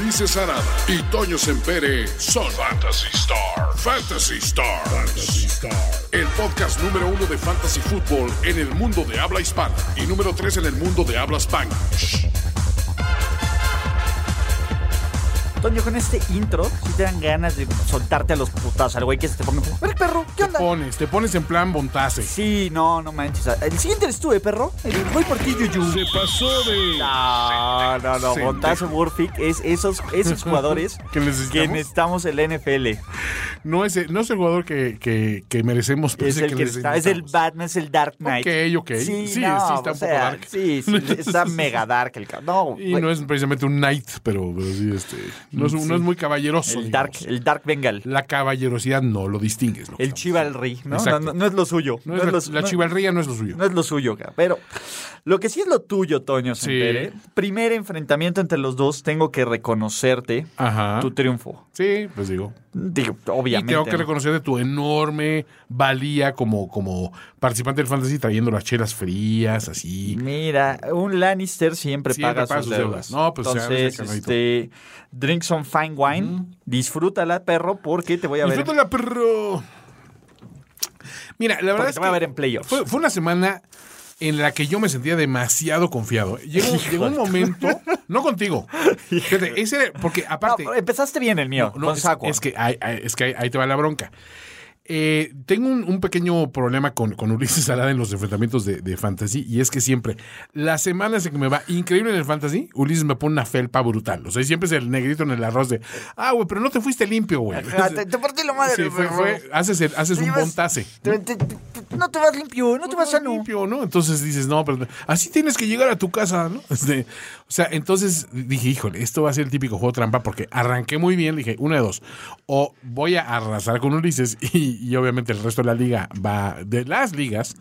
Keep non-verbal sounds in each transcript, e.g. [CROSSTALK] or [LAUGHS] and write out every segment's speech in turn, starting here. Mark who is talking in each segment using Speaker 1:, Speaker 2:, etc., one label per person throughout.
Speaker 1: Ulises Arada y Toño Sempere son Fantasy Star. Fantasy Star. El podcast número uno de Fantasy Football en el mundo de habla hispana y número tres en el mundo de habla hispana.
Speaker 2: Toño, con este intro, si te dan ganas de soltarte a los putazos al güey que se te ponga. ¡Ven, perro! ¿Qué
Speaker 3: Te
Speaker 2: onda?
Speaker 3: pones, te pones en plan bontase.
Speaker 2: Sí, no, no manches. El siguiente eres tú, ¿eh, perro? El- Voy por ti, Yuyu.
Speaker 4: Se pasó de.
Speaker 2: No, no, no.
Speaker 3: Sente.
Speaker 2: Montazo Burfic es esos,
Speaker 3: [LAUGHS]
Speaker 2: esos jugadores
Speaker 3: ¿Que necesitamos?
Speaker 2: que necesitamos el NFL.
Speaker 3: No es, el- no es el jugador que, que- que merecemos. pero
Speaker 2: Es el que está, es el Batman, es el Dark Knight.
Speaker 3: Ok, ok. Sí, sí, está un poco dark. [LAUGHS]
Speaker 2: Sí, sí, está mega dark el cabrón. No,
Speaker 3: Y
Speaker 2: güey,
Speaker 3: no es precisamente un knight, pero, pero sí, este, no, es, un- no es muy caballeroso.
Speaker 2: el
Speaker 3: digamos.
Speaker 2: dark, el Dark Bengal.
Speaker 3: La caballerosidad no lo distingues. lo que
Speaker 2: El
Speaker 3: estamos-
Speaker 2: chivalry, ¿no? No,
Speaker 3: Exacto.
Speaker 2: no, no es lo suyo.
Speaker 3: No es la,
Speaker 2: lo su-
Speaker 3: la
Speaker 2: no-
Speaker 3: chivalría no es lo suyo.
Speaker 2: [LAUGHS] No es lo suyo, cara, pero lo que sí es lo tuyo, Toño Sempere. Primer enfrentamiento entre los dos, tengo que reconocerte
Speaker 3: Ajá.
Speaker 2: tu triunfo.
Speaker 3: Sí, pues digo.
Speaker 2: Digo,
Speaker 3: Y
Speaker 2: obviamente.
Speaker 3: tengo que
Speaker 2: ¿no?
Speaker 3: reconocer de tu enorme valía como, como participante del fantasy trayendo las chelas frías, así.
Speaker 2: Mira, un Lannister siempre,
Speaker 3: Siempre
Speaker 2: paga, sus deudas.
Speaker 3: No, pues, se abre
Speaker 2: Entonces,
Speaker 3: ese carnalito.
Speaker 2: este, drink some fine wine. Disfrútala, perro, porque te voy a ver.
Speaker 3: Disfrútala, perro. Mira, la verdad
Speaker 2: porque
Speaker 3: es
Speaker 2: te voy a
Speaker 3: que
Speaker 2: ver en playoffs.
Speaker 3: fue, fue una semana en la que yo me sentía demasiado
Speaker 2: [LAUGHS]
Speaker 3: confiado. Llegó, llegó un momento, no contigo. Fíjate, ese era- porque
Speaker 2: No,
Speaker 3: aparte,
Speaker 2: pero empezaste bien el mío,
Speaker 3: No,
Speaker 2: con
Speaker 3: es,
Speaker 2: Saco.
Speaker 3: es que, ahí, ahí- es que ahí, ahí te va la bronca. Eh, tengo un, un pequeño problema con, con Ulises Salada en los enfrentamientos de, de Fantasy y es que siempre, las semanas en que me va increíble en el Fantasy, Ulises me pone una felpa brutal. O sea, siempre es el negrito en el arroz de, ah, güey, pero no te fuiste limpio, güey.
Speaker 2: Ajá, Ah, te, te partí la madre.
Speaker 3: Sí, fue-
Speaker 2: perro.
Speaker 3: fue- haces el- haces
Speaker 2: Te
Speaker 3: un
Speaker 2: llevas-
Speaker 3: montase.
Speaker 2: te- te- te- no te vas limpio, no te vas
Speaker 3: no,
Speaker 2: a limpio.
Speaker 3: limpio, ¿no? Entonces dices, no, pero así tienes que llegar a tu casa, ¿no? [LAUGHS] Este, o sea, entonces dije, híjole, esto va a ser el típico juego trampa porque arranqué muy bien, dije, una de dos, o voy a arrasar con Ulises [LAUGHS] y, y obviamente el resto de la liga va, de las ligas,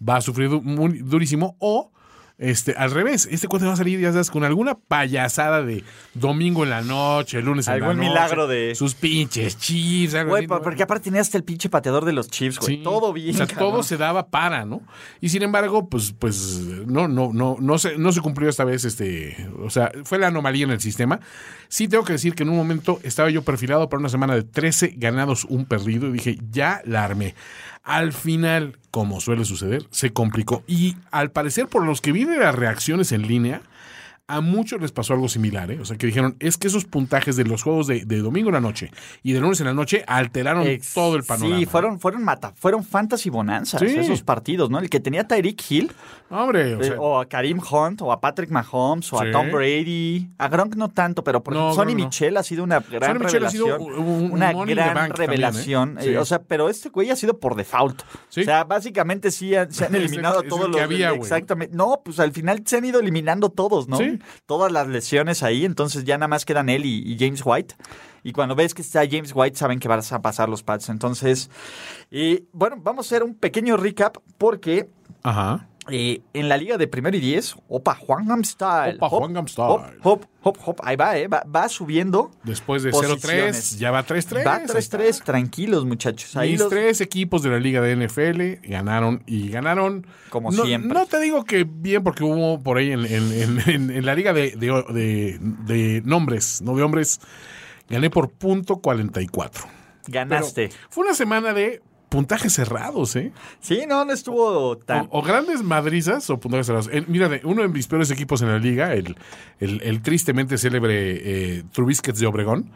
Speaker 3: va a sufrir du- muy durísimo, o... Este, al revés, este cuate va a salir, ya sabes, con alguna payasada de domingo en la noche, lunes en la
Speaker 2: Algún
Speaker 3: noche,
Speaker 2: milagro de-
Speaker 3: Sus pinches chips, algo
Speaker 2: Güey,
Speaker 3: así,
Speaker 2: pa-
Speaker 3: ¿no?
Speaker 2: porque aparte tenías hasta el pinche pateador de los chips, Pues, güey.
Speaker 3: Sí.
Speaker 2: Todo bien.
Speaker 3: O sea,
Speaker 2: cabrón.
Speaker 3: todo se daba para, ¿no? Y sin embargo, pues, pues, no, no, no, no se, no se cumplió esta vez, este, o sea, fue la anomalía en el sistema. Sí tengo que decir que en un momento estaba yo perfilado para una semana de 13 ganados, un perdido, y dije, ya la armé. Al final, como suele suceder, se complicó. Y al parecer, por los que vi de las reacciones en línea, a muchos les pasó algo similar, ¿eh? O sea, que dijeron, es que esos puntajes de los juegos de, de domingo en la noche y de lunes en la noche alteraron
Speaker 2: Ex-
Speaker 3: todo el panorama.
Speaker 2: Sí, fueron, fueron mata, fueron fantasy bonanzas
Speaker 3: Sí.
Speaker 2: esos partidos, ¿no? El que tenía a Tyreek Hill,
Speaker 3: Hombre,
Speaker 2: eh,
Speaker 3: o
Speaker 2: o,
Speaker 3: sea,
Speaker 2: a Karim Hunt, o a Patrick Mahomes, o
Speaker 3: Sí.
Speaker 2: a Tom Brady, a Gronk no tanto, pero por
Speaker 3: No,
Speaker 2: ejemplo, Sonny
Speaker 3: Gronk no.
Speaker 2: Michel ha sido una gran
Speaker 3: Sonny Michel ha sido
Speaker 2: revelación.
Speaker 3: un- un
Speaker 2: una
Speaker 3: money in the
Speaker 2: gran
Speaker 3: bank también, ¿eh?
Speaker 2: revelación.
Speaker 3: Sí.
Speaker 2: eh, o sea, pero este güey ha sido por default.
Speaker 3: Sí.
Speaker 2: O sea, básicamente sí han- se han
Speaker 3: [LAUGHS] Es el-
Speaker 2: eliminado
Speaker 3: es el
Speaker 2: todos
Speaker 3: que
Speaker 2: los.
Speaker 3: había, güey.
Speaker 2: exactamente. No, pues al final se han ido eliminando todos, ¿no?
Speaker 3: Sí.
Speaker 2: Todas las lesiones ahí, entonces ya nada más quedan él y, y James White. Y cuando ves que está James White, saben que vas a pasar los pads. Entonces, y bueno, vamos a hacer un pequeño recap porque
Speaker 3: Ajá.
Speaker 2: eh, en la liga de primero y diez, opa, Juan Style.
Speaker 3: Opa, Gangnam Style.
Speaker 2: Hop, hop, hop, hop, ahí va, eh, va, va subiendo.
Speaker 3: Después de
Speaker 2: Posiciones.
Speaker 3: 0-3, ya va 3-3.
Speaker 2: Va 3-3, tranquilos muchachos. Ahí
Speaker 3: Mis
Speaker 2: los-
Speaker 3: tres equipos de la liga de NFL ganaron y ganaron.
Speaker 2: Como
Speaker 3: no,
Speaker 2: siempre.
Speaker 3: No te digo que bien, porque hubo por ahí en, en- en- en- en la liga de, de- de- de nombres, no de hombres, gané por punto 44. Pero
Speaker 2: ganaste.
Speaker 3: fue una semana de puntajes cerrados, ¿eh?
Speaker 2: Sí, no, no estuvo tan...
Speaker 3: O, o grandes madrizas o puntajes cerrados. Eh, mira, de- uno de mis peores equipos en la liga, el, el- el tristemente célebre eh, Trubisquets de Obregón,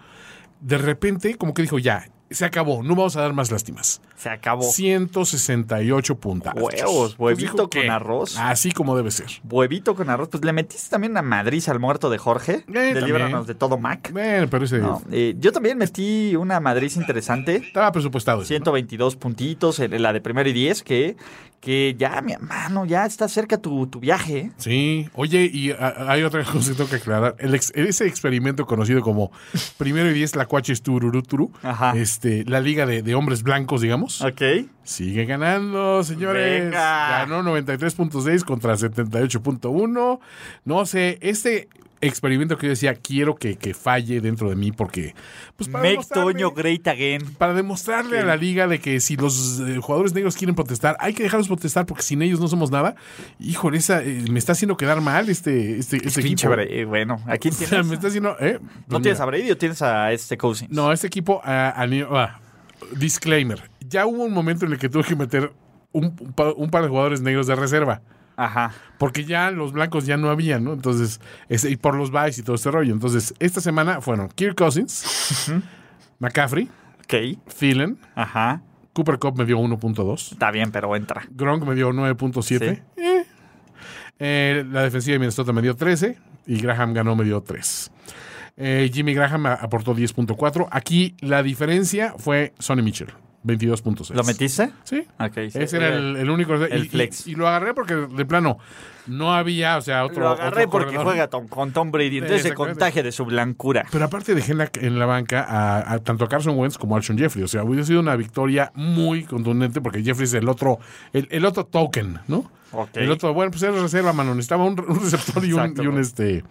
Speaker 3: de repente como que dijo, ya, se acabó, no vamos a dar más lástimas.
Speaker 2: se acabó.
Speaker 3: 168 puntajes.
Speaker 2: Huevos, huevito
Speaker 3: Entonces
Speaker 2: con
Speaker 3: ¿qué?
Speaker 2: arroz.
Speaker 3: Pues Así como debe ser.
Speaker 2: Huevito con arroz. Pues le metiste también una madriz al muerto de Jorge.
Speaker 3: Eh, también.
Speaker 2: de líbranos de todo Mac.
Speaker 3: Bueno, pero ese
Speaker 2: No, eh, yo también metí una madriz interesante.
Speaker 3: estaba presupuestado. ese, ¿no?
Speaker 2: 122 puntitos en en la de primero y 10 que que ya, mi hermano, ya está cerca tu, tu viaje. ¿eh?
Speaker 3: Sí, oye, y a- hay otra [LAUGHS] cosa que tengo que aclarar. El ex- ese experimento conocido como primero y diez lacuaches tururuturu,
Speaker 2: Ajá.
Speaker 3: este, la liga de, de hombres blancos, digamos,
Speaker 2: Ok.
Speaker 3: sigue ganando, señores.
Speaker 2: Venga.
Speaker 3: Ganó 93.6 contra 78.1. No sé, este experimento que yo decía, quiero que, que falle dentro de mí porque... Pues, para
Speaker 2: Make
Speaker 3: demostrarme-
Speaker 2: Toño great again.
Speaker 3: para demostrarle a la liga de que si los eh, jugadores negros quieren protestar, hay que dejarlos protestar porque sin ellos no somos nada. Híjole, esa, eh, me está haciendo quedar mal este, este, este
Speaker 2: Pinche
Speaker 3: equipo.
Speaker 2: Brady. eh, Bueno, ¿a quién
Speaker 3: [LAUGHS] O
Speaker 2: tienes?
Speaker 3: sea, me está haciendo. ¿eh?
Speaker 2: ¿No
Speaker 3: Pues
Speaker 2: tienes a
Speaker 3: mira,
Speaker 2: Brady o tienes a este Cousins?
Speaker 3: No, este equipo. ah, a ni- ah, disclaimer. Ya hubo un momento en el que tuve que meter un, un pa- un par de jugadores negros de reserva.
Speaker 2: Ajá.
Speaker 3: Porque ya los blancos ya no habían, ¿no? Entonces, este, y por los buys y todo este rollo. Entonces, esta semana fueron Kirk Cousins, McCaffrey,
Speaker 2: Ok.
Speaker 3: Thielen,
Speaker 2: Ajá.
Speaker 3: Cooper Cup me dio 1.2.
Speaker 2: Está bien, pero entra.
Speaker 3: Gronk me dio 9.7.
Speaker 2: Sí.
Speaker 3: Eh. Eh, la defensiva de Minnesota me dio 13 y Graham ganó me dio 3. Eh, Jimmy Graham a- aportó 10.4. Aquí la diferencia fue Sonny Mitchell, 22.6.
Speaker 2: ¿Lo metiste?
Speaker 3: Sí.
Speaker 2: Ok. sí. Eh,
Speaker 3: Ese era el, el único.
Speaker 2: El
Speaker 3: y,
Speaker 2: flex.
Speaker 3: Y, y lo agarré porque de plano no había, o sea, otro.
Speaker 2: Lo agarré
Speaker 3: otro
Speaker 2: porque
Speaker 3: corredor.
Speaker 2: juega Tom- con Tom Brady. Entonces se
Speaker 3: Exactamente.
Speaker 2: contagia de su blancura.
Speaker 3: Pero aparte dejé en la, en la banca a, a tanto a Carson Wentz como a Alshon Jeffrey. O sea, hubiera sido una victoria muy contundente porque Jeffrey es el otro, el, el otro token, ¿no?
Speaker 2: Ok.
Speaker 3: El otro, bueno, pues era reserva, mano. Necesitaba un, un receptor y un,
Speaker 2: Exacto,
Speaker 3: y un,
Speaker 2: güey.
Speaker 3: este.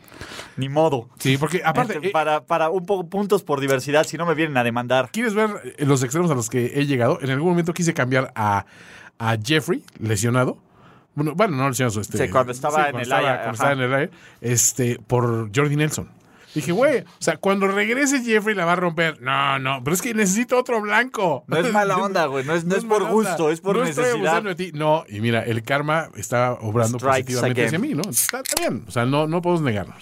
Speaker 2: Ni modo.
Speaker 3: Sí, porque aparte,
Speaker 2: Este,
Speaker 3: eh,
Speaker 2: para, para un poco puntos por diversidad, si no me vienen a demandar.
Speaker 3: ¿quieres ver eh, los extremos a los que he llegado? En algún momento quise cambiar a, a Jeffrey, lesionado. Bueno, bueno, no lesionado. Este,
Speaker 2: Sí, cuando estaba en
Speaker 3: cuando
Speaker 2: el
Speaker 3: estaba-
Speaker 2: Ajax,
Speaker 3: cuando
Speaker 2: ajá.
Speaker 3: estaba en el Ajax, este, por Jordi Nelson. Dije, güey, o sea, cuando regrese Jeffrey la va a romper. No, no, pero es que necesito otro blanco.
Speaker 2: No es
Speaker 3: [LAUGHS]
Speaker 2: mala onda, güey. No es, no es por
Speaker 3: mala onda.
Speaker 2: gusto, es por
Speaker 3: No estoy
Speaker 2: necesidad.
Speaker 3: abusando de ti. No, y mira, el karma está obrando
Speaker 2: Strikes
Speaker 3: positivamente
Speaker 2: again.
Speaker 3: hacia mí, ¿no? Está, está bien. O sea, no, no podemos negarnos.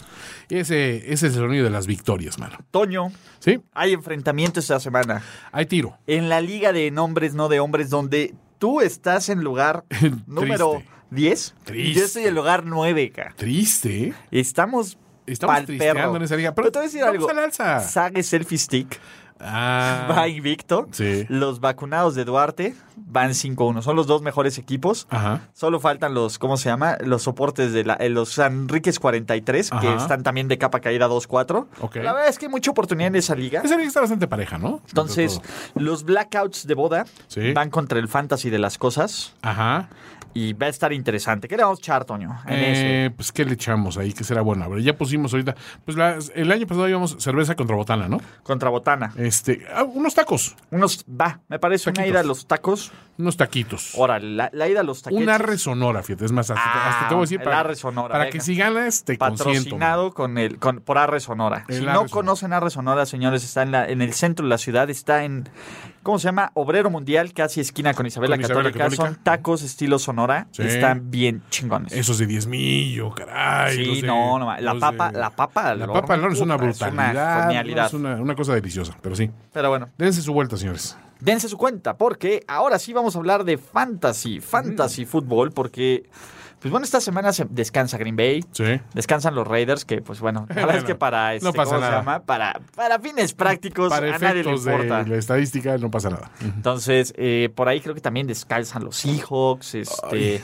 Speaker 3: Y ese, ese es el sonido de las victorias, mano.
Speaker 2: Toño,
Speaker 3: ¿Sí?
Speaker 2: hay enfrentamiento esta semana.
Speaker 3: Hay tiro.
Speaker 2: En la liga de nombres, no de hombres, donde tú estás en lugar número
Speaker 3: [LAUGHS] Triste.
Speaker 2: 10. Y
Speaker 3: Triste.
Speaker 2: yo estoy en lugar 9, ca.
Speaker 3: Triste, ¿eh?
Speaker 2: Estamos.
Speaker 3: Estamos
Speaker 2: pa'l
Speaker 3: tristeando
Speaker 2: perro.
Speaker 3: en esa liga.
Speaker 2: Pero,
Speaker 3: Pero
Speaker 2: te voy a decir
Speaker 3: vamos
Speaker 2: algo.
Speaker 3: al alza.
Speaker 2: Sague Selfie Stick
Speaker 3: Ah.
Speaker 2: va invicto.
Speaker 3: Sí.
Speaker 2: Los vacunados de Duarte van 5-1. Son los dos mejores equipos.
Speaker 3: Ajá.
Speaker 2: Solo faltan los, ¿cómo se llama? Los soportes de la, eh, los Sanriques 43, que
Speaker 3: Ajá.
Speaker 2: están también de capa caída 2-4.
Speaker 3: Ok.
Speaker 2: La verdad es que hay mucha oportunidad en esa liga.
Speaker 3: Esa liga está bastante pareja, ¿no?
Speaker 2: Entonces,
Speaker 3: Entre todo.
Speaker 2: los blackouts de boda
Speaker 3: Sí.
Speaker 2: van contra el fantasy de las cosas
Speaker 3: Ajá.
Speaker 2: y va a estar interesante. ¿Qué le vamos a echar, Toño? En ese?
Speaker 3: Eh, pues, ¿qué le echamos ahí? ¿Qué será bueno? A ver, ya pusimos ahorita. Pues la- el año pasado íbamos cerveza contra botana, ¿no?
Speaker 2: Contra Botana.
Speaker 3: Este, ah, unos tacos.
Speaker 2: Unos, va, me parece una
Speaker 3: Taquitos.
Speaker 2: ida a los tacos.
Speaker 3: Unos taquitos.
Speaker 2: Órale, la, la ida a los taquetes.
Speaker 3: Un arre sonora, fíjate. Es más, hasta,
Speaker 2: Ah,
Speaker 3: hasta te voy a decir.
Speaker 2: el arre sonora,
Speaker 3: Para
Speaker 2: venga.
Speaker 3: que este, si ganas, te consiento.
Speaker 2: patrocinado con el con, por Arre Sonora.
Speaker 3: El
Speaker 2: si
Speaker 3: Arre
Speaker 2: no
Speaker 3: Sonora.
Speaker 2: conocen Arre Sonora, señores, está en, la, en el centro de la ciudad, está en ¿cómo se llama? Obrero Mundial, casi esquina con Isabel la
Speaker 3: Con Isabel la
Speaker 2: Católica.
Speaker 3: Católica.
Speaker 2: Son tacos estilo Sonora,
Speaker 3: Sí.
Speaker 2: están bien chingones.
Speaker 3: Esos de diezmillo, caray.
Speaker 2: Sí,
Speaker 3: los de-
Speaker 2: no, no, ma- la
Speaker 3: los
Speaker 2: papa-
Speaker 3: de-
Speaker 2: la papa al
Speaker 3: La
Speaker 2: horno,
Speaker 3: papa al horno es una
Speaker 2: puta, es una
Speaker 3: brutalidad. ¿no?
Speaker 2: genialidad.
Speaker 3: Es una, una cosa deliciosa, pero sí.
Speaker 2: Pero bueno,
Speaker 3: Dense su vuelta, señores.
Speaker 2: dense su cuenta porque ahora sí vamos a hablar de fantasy, fantasy
Speaker 3: Mm.
Speaker 2: fútbol porque pues bueno, esta semana se descansa Green Bay.
Speaker 3: Sí.
Speaker 2: Descansan los Raiders, que pues bueno,
Speaker 3: [LAUGHS]
Speaker 2: la verdad es
Speaker 3: Bueno,
Speaker 2: que para este,
Speaker 3: no pasa
Speaker 2: ¿cómo se
Speaker 3: nada.
Speaker 2: llama? Para, para fines prácticos,
Speaker 3: Para
Speaker 2: Pues, a nadie le
Speaker 3: efectos de
Speaker 2: importa. Mm.
Speaker 3: la estadística, no pasa nada.
Speaker 2: Entonces, eh, por ahí creo que también descalzan los Seahawks, este...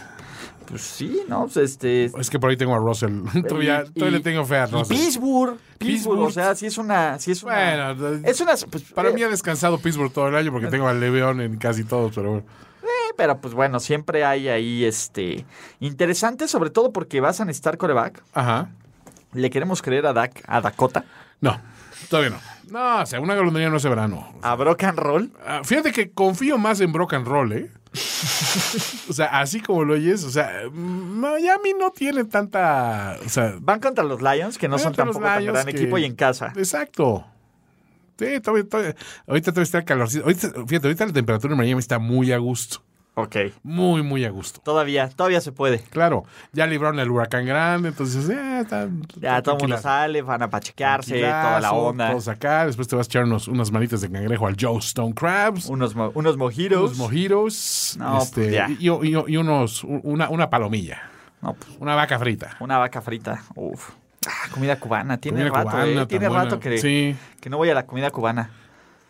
Speaker 2: Pues sí, ¿no? Pues, este...
Speaker 3: Es que por ahí tengo a Russell. [LAUGHS] todavía
Speaker 2: y-
Speaker 3: todavía
Speaker 2: y-
Speaker 3: le tengo fe a
Speaker 2: y
Speaker 3: Russell.
Speaker 2: Pittsburgh, Pittsburgh,
Speaker 3: Ah, Pittsburgh.
Speaker 2: o sea, sí es una... Sí es una
Speaker 3: Bueno,
Speaker 2: es una... pues,
Speaker 3: para
Speaker 2: eh,
Speaker 3: mí ha descansado Pittsburgh todo el año porque tengo al Leveón en casi todos, pero bueno.
Speaker 2: eh, pero pues bueno, siempre hay ahí, este... Interesante, sobre todo porque vas a necesitar coreback.
Speaker 3: Ajá.
Speaker 2: Le queremos creer a, Dak, a Dakota,
Speaker 3: No, todavía no. No, o sea, una golondrina no es de verano.
Speaker 2: a Brock and Roll.
Speaker 3: Ah, Fíjate que confío más en Brock and
Speaker 2: [LAUGHS]
Speaker 3: Roll, ¿eh? o sea, así como lo oyes, o sea, Miami no tiene tanta. O sea,
Speaker 2: Van contra los Lions, que no son
Speaker 3: contra los
Speaker 2: tampoco tan
Speaker 3: Lions
Speaker 2: gran
Speaker 3: que-
Speaker 2: equipo, y en casa.
Speaker 3: Exacto. Sí, todavía, todavía- ahorita todavía está calorcito. Ahorita, fíjate, ahorita la temperatura en Miami está muy a gusto.
Speaker 2: Ok.
Speaker 3: Muy, muy a gusto.
Speaker 2: Todavía, todavía se puede.
Speaker 3: Claro, ya libraron el huracán grande, entonces ya está.
Speaker 2: Ya todo el mundo
Speaker 3: tranquilazo.
Speaker 2: sale, van a pachequearse,
Speaker 3: Tranquilazo,
Speaker 2: toda la onda.
Speaker 3: Todos acá, después te vas a echar unos- unas manitas de cangrejo al Joe Stone Crabs.
Speaker 2: Unos, mo- unos mojitos.
Speaker 3: Unos mojitos.
Speaker 2: No, pues,
Speaker 3: este,
Speaker 2: ya.
Speaker 3: y, y- y unos, una, una palomilla.
Speaker 2: No, pues,
Speaker 3: Una vaca frita.
Speaker 2: una vaca frita. Uf. Ah, comida cubana. Tiene
Speaker 3: Comida
Speaker 2: rato,
Speaker 3: cubana,
Speaker 2: eh.
Speaker 3: tan
Speaker 2: Tiene
Speaker 3: buena.
Speaker 2: rato que,
Speaker 3: Sí.
Speaker 2: que no voy a la comida cubana.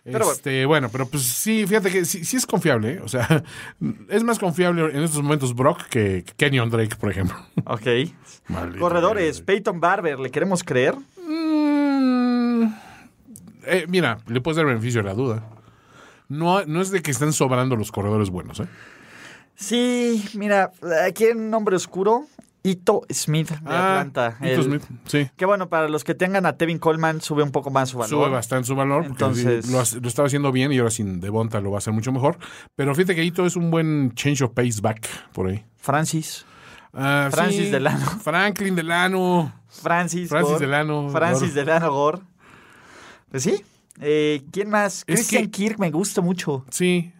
Speaker 2: Pero
Speaker 3: este, bueno. pero pues sí, fíjate que sí, sí es confiable. ¿eh? O sea, [LAUGHS] es más confiable en estos momentos Brock que que Kenyon Drake, por
Speaker 2: [LAUGHS]
Speaker 3: ejemplo.
Speaker 2: Ok.
Speaker 3: Maldita
Speaker 2: Corredores, Peyton Barber, ¿le queremos creer?
Speaker 3: Mm, eh, mira, le puedes dar beneficio a la duda. No, no es de que están sobrando los corredores buenos, ¿eh?
Speaker 2: Sí, mira, aquí hay un nombre oscuro. Ito Smith de Atlanta.
Speaker 3: Ah, Ito
Speaker 2: El-
Speaker 3: Smith, sí.
Speaker 2: Que bueno, para los que tengan a Tevin Coleman, sube un poco más su valor.
Speaker 3: Sube bastante su valor. porque
Speaker 2: Entonces-
Speaker 3: lo, hace- lo estaba haciendo bien y ahora sin Devonta lo va a hacer mucho mejor. Pero fíjate que Ito es un buen change of pace back por ahí.
Speaker 2: Francis.
Speaker 3: Ah,
Speaker 2: Francis Delano.
Speaker 3: Franklin Delano.
Speaker 2: Francis.
Speaker 3: Francis
Speaker 2: Gore,
Speaker 3: Delano,
Speaker 2: Francis
Speaker 3: Gore.
Speaker 2: Delano Gore. Pues sí. Eh, ¿Quién más?
Speaker 3: Es
Speaker 2: Christian
Speaker 3: que-
Speaker 2: Kirk me gusta mucho.
Speaker 3: Sí.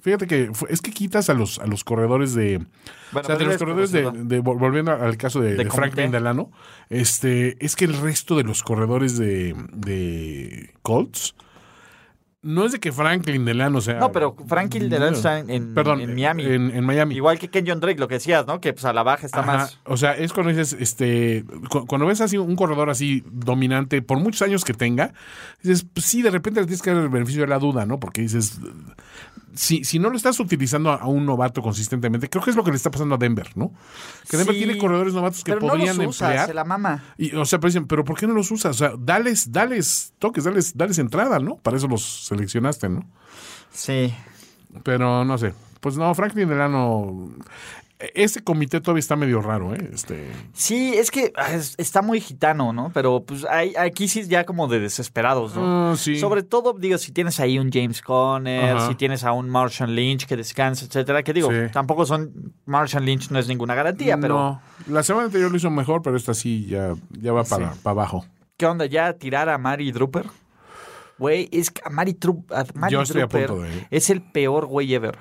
Speaker 3: Fíjate que fue- es que quitas a los, a los corredores de.
Speaker 2: Bueno,
Speaker 3: o sea, de
Speaker 2: pero
Speaker 3: los
Speaker 2: es-
Speaker 3: corredores de, de- vol- volviendo al caso de,
Speaker 2: De
Speaker 3: de
Speaker 2: comité.
Speaker 3: Franklin Delano, este, es que el resto de los corredores de, de Colts no es de que Franklin Delano sea.
Speaker 2: No, pero Franklin Delano está en- en-
Speaker 3: Perdón,
Speaker 2: en Miami.
Speaker 3: En, en Miami.
Speaker 2: Igual que Ken John Drake, lo que decías, ¿no? Que pues a la baja está
Speaker 3: Ajá,
Speaker 2: más.
Speaker 3: O sea, es cuando dices, este, cu- cuando ves así un corredor así dominante, por muchos años que tenga, dices, pues sí, de repente le tienes que dar el beneficio de la duda, ¿no? Porque dices, si, si no lo estás utilizando a, a un novato consistentemente, creo que es lo que le está pasando a Denver, ¿no? Que Denver
Speaker 2: Sí,
Speaker 3: tiene corredores novatos que
Speaker 2: pero
Speaker 3: podrían
Speaker 2: no los usa,
Speaker 3: emplear.
Speaker 2: se la mama.
Speaker 3: Y, o sea, pero dicen, pero ¿por qué no los usas? O sea, dales, dales toques, dales, dales entrada, ¿no? Para eso los seleccionaste, ¿no?
Speaker 2: Sí.
Speaker 3: Pero no sé. Pues no, Franklin Delano. e-, Ese comité todavía está medio raro, ¿eh? Este.
Speaker 2: Sí, es que ah, es- está muy gitano, ¿no? Pero pues hay, aquí sí es ya como de desesperados, ¿no?
Speaker 3: Ah, sí.
Speaker 2: Sobre todo, digo, si tienes ahí un James Conner,
Speaker 3: Ajá.
Speaker 2: si tienes a un Marshall Lynch que descansa, etcétera, que digo,
Speaker 3: Sí.
Speaker 2: tampoco son. Marshall Lynch no es ninguna garantía, pero.
Speaker 3: No, la semana anterior lo hizo mejor, pero esta sí ya, ya va para, para abajo.
Speaker 2: ¿Qué onda? ¿Ya tirar a Mari Drooper? Güey, es que a Mari, Tru- a Mari
Speaker 3: Yo estoy a
Speaker 2: Drooper
Speaker 3: punto de-
Speaker 2: es el peor güey ever.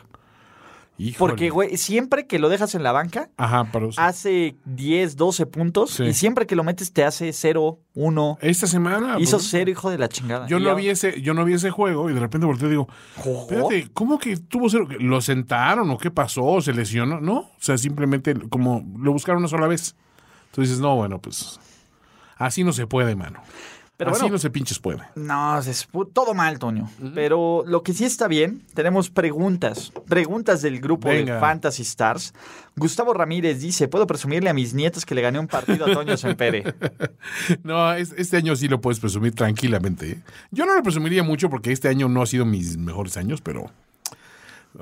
Speaker 3: Híjole.
Speaker 2: Porque, güey, siempre que lo dejas en la banca,
Speaker 3: Ajá, pero.
Speaker 2: hace 10, 12 puntos
Speaker 3: Sí.
Speaker 2: y siempre que lo metes te hace 0, 1.
Speaker 3: Esta semana.
Speaker 2: Hizo
Speaker 3: pues,
Speaker 2: cero, hijo de la chingada.
Speaker 3: yo
Speaker 2: Y
Speaker 3: no
Speaker 2: ya-
Speaker 3: vi ese, yo no vi ese juego y de repente volteo y digo,
Speaker 2: ¿Jugó?
Speaker 3: espérate, ¿cómo que tuvo cero? ¿Lo sentaron o qué pasó? ¿Se lesionó? No, o sea, simplemente como lo buscaron una sola vez. Tú dices, no, bueno, pues así no se puede, mano.
Speaker 2: Pero
Speaker 3: así
Speaker 2: bueno.
Speaker 3: no se pinches puede.
Speaker 2: No, se espu- todo mal, Toño. Pero lo que sí está bien, tenemos preguntas. Preguntas del grupo
Speaker 3: Venga.
Speaker 2: de Fantasy Stars. Gustavo Ramírez dice: ¿Puedo presumirle a mis nietos que le gané un partido a Toño
Speaker 3: [LAUGHS]
Speaker 2: Sempere?
Speaker 3: No, es- este año sí lo puedes presumir tranquilamente. ¿eh? Yo no lo presumiría mucho porque este año no ha sido mis mejores años, pero.